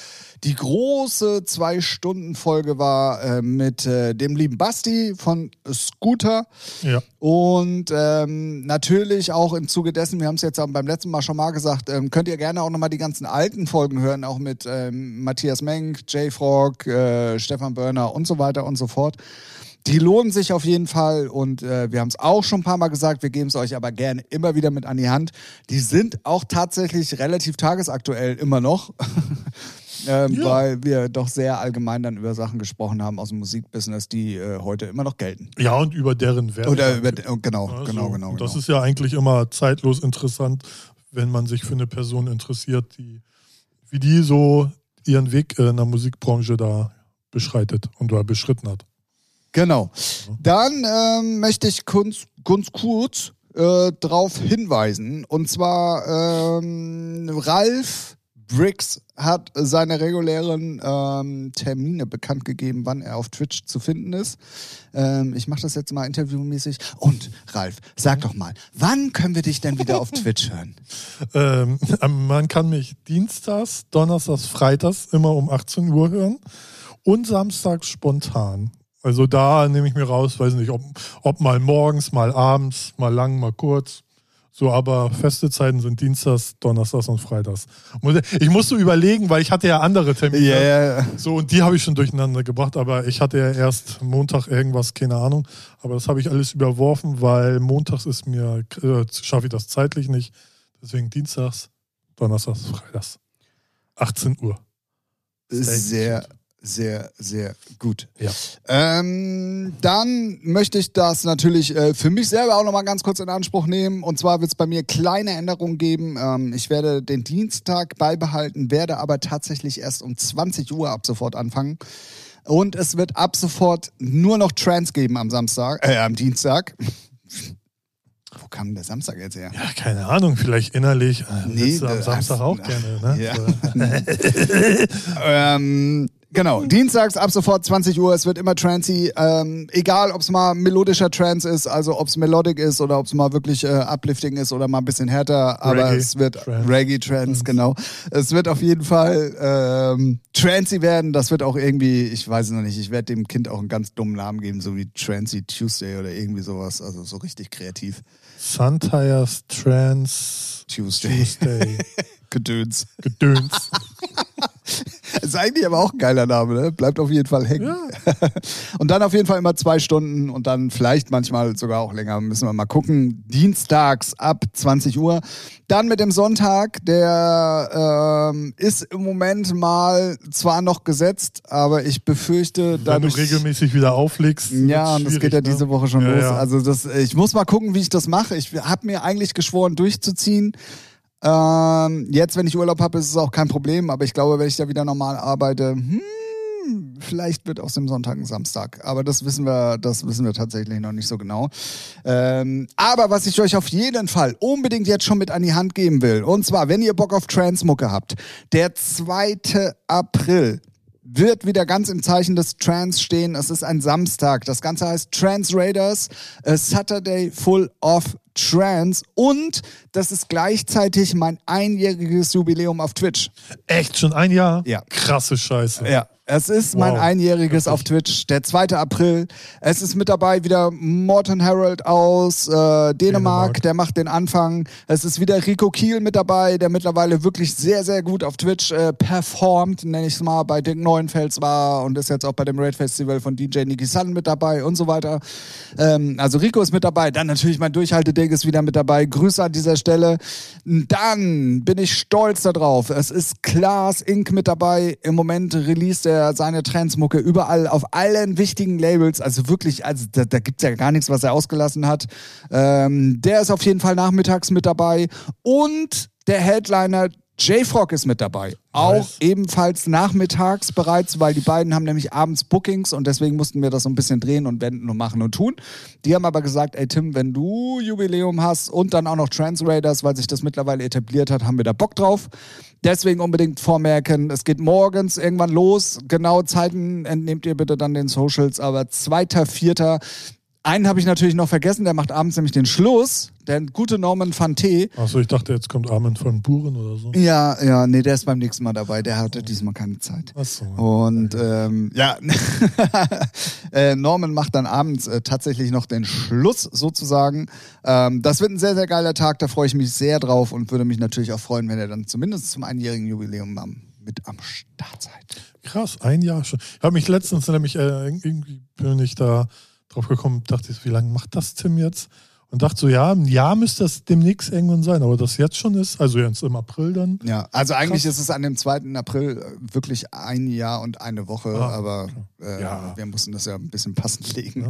Speaker 1: die große Zwei-Stunden-Folge war äh, mit äh, dem lieben Basti von Scooter.
Speaker 2: ja.
Speaker 1: Und ähm, natürlich auch im Zuge dessen, wir haben es jetzt beim letzten Mal schon mal gesagt, ähm, könnt ihr gerne auch nochmal die ganzen alten Folgen hören, auch mit ähm, Matthias Menk, Jay Frog, äh, Stefan Börner und so weiter und so fort. Die lohnen sich auf jeden Fall und äh, wir haben es auch schon ein paar Mal gesagt, wir geben es euch aber gerne immer wieder mit an die Hand. Die sind auch tatsächlich relativ tagesaktuell immer noch, ähm,
Speaker 2: Ja.
Speaker 1: weil wir doch sehr allgemein dann über Sachen gesprochen haben aus dem Musikbusiness, die äh, heute immer noch gelten.
Speaker 2: ja, und über deren Wert.
Speaker 1: Oder über, genau,
Speaker 2: Also,
Speaker 1: genau, genau.
Speaker 2: Das
Speaker 1: genau.
Speaker 2: ist ja eigentlich immer zeitlos interessant, wenn man sich für eine Person interessiert, die, wie die so ihren Weg äh, in der Musikbranche da beschreitet und da beschritten hat.
Speaker 1: Genau. Dann ähm, möchte ich ganz, ganz kurz äh, darauf hinweisen. Und zwar ähm, Ralf Briggs hat seine regulären ähm, Termine bekannt gegeben, wann er auf Twitch zu finden ist. Ähm, ich mache das jetzt mal interviewmäßig. Und Ralf,
Speaker 2: Mhm.
Speaker 1: sag doch mal, wann können wir dich denn wieder auf Twitch hören?
Speaker 2: Ähm, man kann mich dienstags, donnerstags, freitags immer um 18 Uhr hören und samstags spontan. Also da nehme ich mir raus, weiß nicht, ob, ob mal morgens, mal abends, mal lang, mal kurz. So, aber feste Zeiten sind dienstags, donnerstags und freitags. Muss- Ich musste überlegen, weil ich hatte ja andere Termine.
Speaker 1: Yeah.
Speaker 2: So, und die habe ich schon durcheinander gebracht, aber ich hatte ja erst Montag irgendwas, keine Ahnung. Aber das habe ich alles überworfen, weil montags ist mir, äh, schaffe ich das zeitlich nicht. Deswegen dienstags, donnerstags, freitags. 18 Uhr.
Speaker 1: Sehr, sehr, sehr gut.
Speaker 2: Ja.
Speaker 1: Ähm, dann möchte ich das natürlich äh, für mich selber auch nochmal ganz kurz in Anspruch nehmen. Und zwar wird es bei mir kleine Änderungen geben. Ähm, ich werde den Dienstag beibehalten, werde aber tatsächlich erst um 20 Uhr ab sofort anfangen. Und es wird ab sofort nur noch Trans geben am Samstag, äh, am Dienstag. Wo kam denn der Samstag jetzt her?
Speaker 2: Ja, keine Ahnung, vielleicht innerlich. Äh,
Speaker 1: Nee,
Speaker 2: willst du am
Speaker 1: das-
Speaker 2: Samstag auch
Speaker 1: ach,
Speaker 2: gerne,
Speaker 1: ja.
Speaker 2: ne? So.
Speaker 1: Ähm, genau, dienstags ab sofort 20 Uhr, es wird immer trancy. Ähm, egal, ob es mal melodischer Trance ist, also ob es melodic ist oder ob es mal wirklich äh, uplifting ist oder mal ein bisschen härter, aber
Speaker 2: Reggae
Speaker 1: es wird
Speaker 2: Trance. Mhm.
Speaker 1: Reggae Trance, genau. Es wird auf jeden Fall ähm, trancy werden, das wird auch irgendwie, ich weiß es noch nicht, ich werde dem Kind auch einen ganz dummen Namen geben, so wie Trancy Tuesday oder irgendwie sowas, also so richtig kreativ.
Speaker 2: Suntire's Trans
Speaker 1: Tuesday,
Speaker 2: Tuesday.
Speaker 1: Gedöns.
Speaker 2: Gedöns.
Speaker 1: Ist eigentlich aber auch ein geiler Name, ne? Bleibt auf jeden Fall hängen. und dann auf jeden Fall immer zwei Stunden und dann vielleicht manchmal sogar auch länger. Müssen wir mal gucken. Dienstags ab 20 Uhr. Dann mit dem Sonntag, der ähm, ist im Moment mal zwar noch gesetzt, aber ich befürchte,
Speaker 2: Wenn du
Speaker 1: dadurch.
Speaker 2: regelmäßig wieder auflegst.
Speaker 1: Ja,
Speaker 2: wird's
Speaker 1: und das
Speaker 2: schwierig,
Speaker 1: geht ja
Speaker 2: ne?
Speaker 1: diese Woche schon
Speaker 2: Ja,
Speaker 1: los.
Speaker 2: ja.
Speaker 1: Also das, ich muss mal gucken, wie ich das mache. Ich habe mir eigentlich geschworen, durchzuziehen. Ähm, jetzt, wenn ich Urlaub habe, ist es auch kein Problem. Aber ich glaube, wenn ich da wieder normal arbeite, hm, vielleicht wird aus dem Sonntag ein Samstag. Aber das wissen wir, das wissen wir tatsächlich noch nicht so genau. Ähm, aber was ich euch auf jeden Fall unbedingt jetzt schon mit an die Hand geben will, und zwar, wenn ihr Bock auf Transmucke habt, der 2. April wird wieder ganz im Zeichen des Trans stehen. Es ist ein Samstag. Das Ganze heißt Trans Raiders, a Saturday Full of Trans. Und das ist gleichzeitig mein einjähriges Jubiläum auf Twitch.
Speaker 2: Echt schon ein Jahr?
Speaker 1: Ja.
Speaker 2: Krasse Scheiße.
Speaker 1: Ja, Es ist mein
Speaker 2: Wow.
Speaker 1: einjähriges auf Twitch, der 2. April. Es ist mit dabei wieder Morten Harold aus äh, Dänemark,
Speaker 2: Dänemark.
Speaker 1: der macht den Anfang. Es ist wieder Rico Kiel mit dabei, der mittlerweile wirklich sehr, sehr gut auf Twitch äh, performt, nenne ich es mal, bei Dick Neuenfels war und ist jetzt auch bei dem Raid Festival von DJ Nicky Sun mit dabei und so weiter. Ähm, also Rico ist mit dabei, dann natürlich mein Durchhalte-Ding ist wieder mit dabei. Grüße an dieser Stelle. Dann bin ich stolz darauf. Es ist Klaas Inc. mit dabei. Im Moment release er seine Trendsmucke überall auf allen wichtigen Labels. Also wirklich, also da, da gibt's ja gar nichts, was er ausgelassen hat. Ähm, der ist auf jeden Fall nachmittags mit dabei. Und der Headliner J-Frog ist mit dabei. Auch
Speaker 2: Nice.
Speaker 1: ebenfalls nachmittags bereits, weil die beiden haben nämlich abends Bookings und deswegen mussten wir das so ein bisschen drehen und wenden und machen und tun. Die haben aber gesagt, ey Tim, wenn du Jubiläum hast und dann auch noch Trans Raiders, weil sich das mittlerweile etabliert hat, haben wir da Bock drauf. Deswegen unbedingt vormerken, es geht morgens irgendwann los. Genaue Zeiten entnehmt ihr bitte dann den Socials, aber 2.4. Einen habe ich natürlich noch vergessen, der macht abends nämlich den Schluss. Der gute Norman Fante,
Speaker 2: Achso, ich dachte, jetzt kommt Armin von Buren oder so.
Speaker 1: ja, ja, nee, der ist beim nächsten Mal dabei. Der hatte diesmal keine Zeit.
Speaker 2: Achso.
Speaker 1: Und ähm, ja, äh, Norman macht dann abends äh, tatsächlich noch den Schluss sozusagen. Ähm, das wird ein sehr, sehr geiler Tag. Da freue ich mich sehr drauf und würde mich natürlich auch freuen, wenn er dann zumindest zum einjährigen Jubiläum am, mit am Start seid.
Speaker 2: Krass, ein Jahr schon. Ich habe mich letztens nämlich, äh, irgendwie bin ich da drauf gekommen, dachte ich, so, wie lange macht das Tim jetzt? Und dachte so, ja, ein Jahr müsste das demnächst irgendwann sein, aber das jetzt schon ist, also jetzt im April dann.
Speaker 1: Ja, also eigentlich ist es an dem 2. April äh, wirklich ein Jahr und eine Woche,
Speaker 2: Ah,
Speaker 1: aber äh,
Speaker 2: Ja.
Speaker 1: wir mussten das ja ein bisschen passend legen.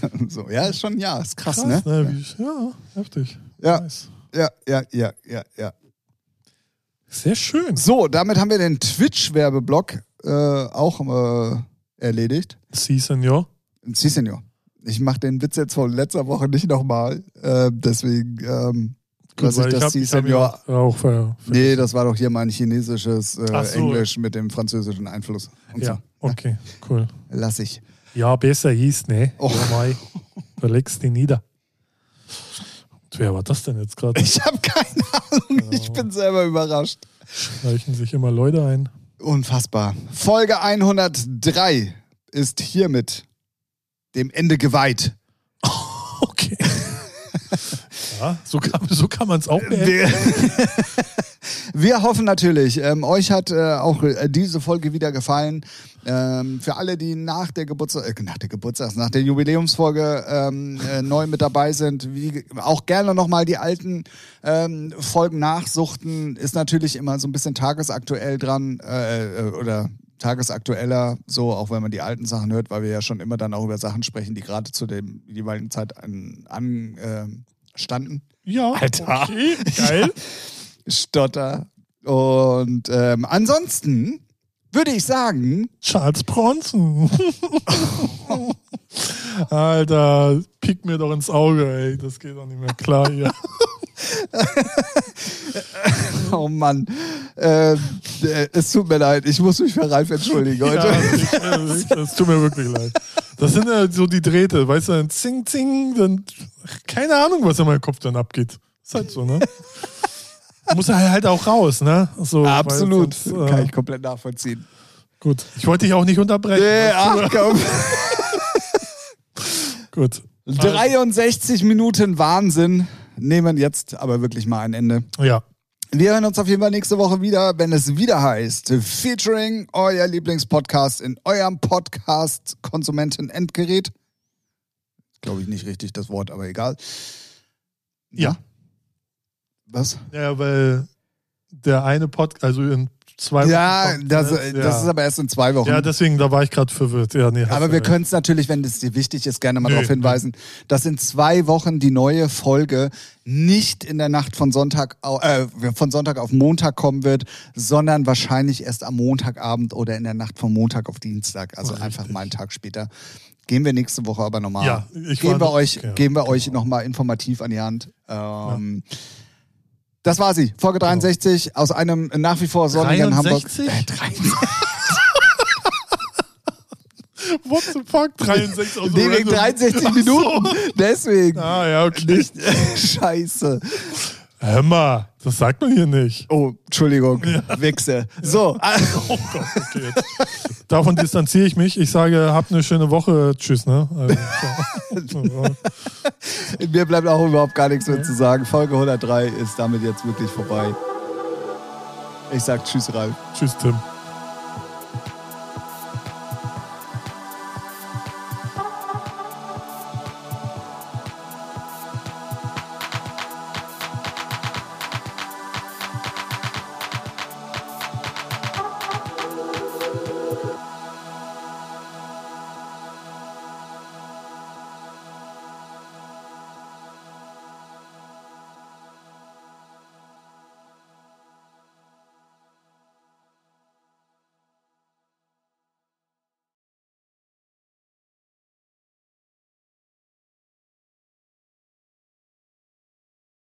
Speaker 2: Ja.
Speaker 1: so, ja, ist schon ein Jahr, ist krass, ne?
Speaker 2: Wie, ja, heftig.
Speaker 1: Ja.
Speaker 2: Nice.
Speaker 1: Ja, ja, ja, ja, ja.
Speaker 2: Sehr schön.
Speaker 1: So, damit haben wir den Twitch-Werbeblock äh, auch äh, erledigt.
Speaker 2: Sie, Senior.
Speaker 1: Sie, Senior. Ich mache den Witz jetzt von letzter Woche nicht nochmal. Äh, deswegen ähm, lasse ich
Speaker 2: weil
Speaker 1: das
Speaker 2: hab-
Speaker 1: Sie,
Speaker 2: hab ihn
Speaker 1: Senior.
Speaker 2: Auch äh, ver
Speaker 1: Nee, das war doch hier mein chinesisches äh,
Speaker 2: Ach so.
Speaker 1: Englisch mit dem französischen Einfluss. Und
Speaker 2: ja, okay, cool.
Speaker 1: so. Lass ich.
Speaker 2: Ja, besser hieß, ne?
Speaker 1: Oh.
Speaker 2: Ja, mei. Da legst du ihn nieder. Und wer war das denn jetzt gerade?
Speaker 1: Ich habe keine Ahnung. Ich bin selber überrascht.
Speaker 2: Reichen sich immer Leute ein.
Speaker 1: Unfassbar. Folge 103 ist hiermit dem Ende geweiht.
Speaker 2: Okay. ja, Äh, so kann, so kann man es auch beenden.
Speaker 1: Wir, wir hoffen natürlich, ähm, euch hat äh, auch äh, diese Folge wieder gefallen. Ähm, für alle, die nach der Geburtstag, äh, nach der Geburtstags, nach der Jubiläumsfolge ähm, äh, neu mit dabei sind, wie, auch gerne nochmal die alten ähm, Folgen nachsuchten, ist natürlich immer so ein bisschen tagesaktuell dran äh, äh, oder tagesaktueller, so auch wenn man die alten Sachen hört, weil wir ja schon immer dann auch über Sachen sprechen, die gerade zu dem jeweiligen Zeit an, an ähm, standen.
Speaker 2: Ja,
Speaker 1: Alter.
Speaker 2: okay, geil.
Speaker 1: Stotter. Und ähm, ansonsten würde ich sagen,
Speaker 2: Charles Bronson. Alter, pick mir doch ins Auge, ey. Das geht doch nicht mehr klar hier.
Speaker 1: oh Mann, ähm, äh, es tut mir leid, ich muss mich für Ralf entschuldigen heute.
Speaker 2: Ja, ich, äh, ich, das tut mir wirklich leid. Das sind ja so die Drähte, weißt du, dann zing, zing, dann ach, keine Ahnung, was in meinem Kopf dann abgeht. Ist halt so, ne? Muss er halt auch raus, ne? So,
Speaker 1: Absolut,
Speaker 2: weil sonst,
Speaker 1: kann
Speaker 2: äh,
Speaker 1: ich komplett nachvollziehen.
Speaker 2: gut, ich wollte dich auch nicht unterbrechen.
Speaker 1: Äh, ach komm,
Speaker 2: Gut.
Speaker 1: 63 Minuten Wahnsinn nehmen jetzt aber wirklich mal ein Ende.
Speaker 2: Ja.
Speaker 1: Wir hören uns auf jeden Fall nächste Woche wieder, wenn es wieder heißt Featuring euer Lieblingspodcast in eurem Podcast Konsumenten Endgerät. Glaube ich nicht richtig das Wort, aber egal.
Speaker 2: Ja.
Speaker 1: Was?
Speaker 2: Ja, weil der eine Podcast, also in zwei
Speaker 1: Ja,
Speaker 2: Wochen- ne?
Speaker 1: das,
Speaker 2: ja.
Speaker 1: das ist aber erst in zwei Wochen.
Speaker 2: Ja, deswegen, da war ich gerade verwirrt. Ja, nee, hast
Speaker 1: aber
Speaker 2: du
Speaker 1: wir
Speaker 2: recht.
Speaker 1: können es natürlich, wenn es dir wichtig ist, gerne mal
Speaker 2: Nö,
Speaker 1: darauf hinweisen, dass in zwei Wochen die neue Folge nicht in der Nacht von Sonntag, au- äh, von Sonntag auf Montag kommen wird, sondern wahrscheinlich erst am Montagabend oder in der Nacht von Montag auf Dienstag, also
Speaker 2: Richtig.
Speaker 1: einfach mal einen Tag später. Gehen wir nächste Woche aber nochmal.
Speaker 2: Ja, ich war
Speaker 1: geben wir
Speaker 2: noch- genau,
Speaker 1: euch,
Speaker 2: ja,
Speaker 1: geben wir euch nochmal informativ an die Hand. Ähm, Das war sie, Folge
Speaker 2: Genau.
Speaker 1: 63 aus einem nach wie vor sonnigen Hamburg. Äh,
Speaker 2: 63? What the fuck? 63 aus
Speaker 1: Nee, wegen
Speaker 2: random-
Speaker 1: 63
Speaker 2: Ach so.
Speaker 1: Minuten. Deswegen.
Speaker 2: Ah, ja, okay.
Speaker 1: Scheiße.
Speaker 2: Hör mal, das sagt man hier nicht.
Speaker 1: Oh, Entschuldigung, Wichse. So,
Speaker 2: Oh Gott, okay. Jetzt. Davon distanziere ich mich. Ich sage, habt eine schöne Woche. Tschüss, ne? Also, so.
Speaker 1: mir bleibt auch überhaupt gar nichts mehr zu sagen. Folge 103 ist damit jetzt wirklich vorbei. Ich sag Tschüss, Ralf.
Speaker 2: Tschüss, Tim.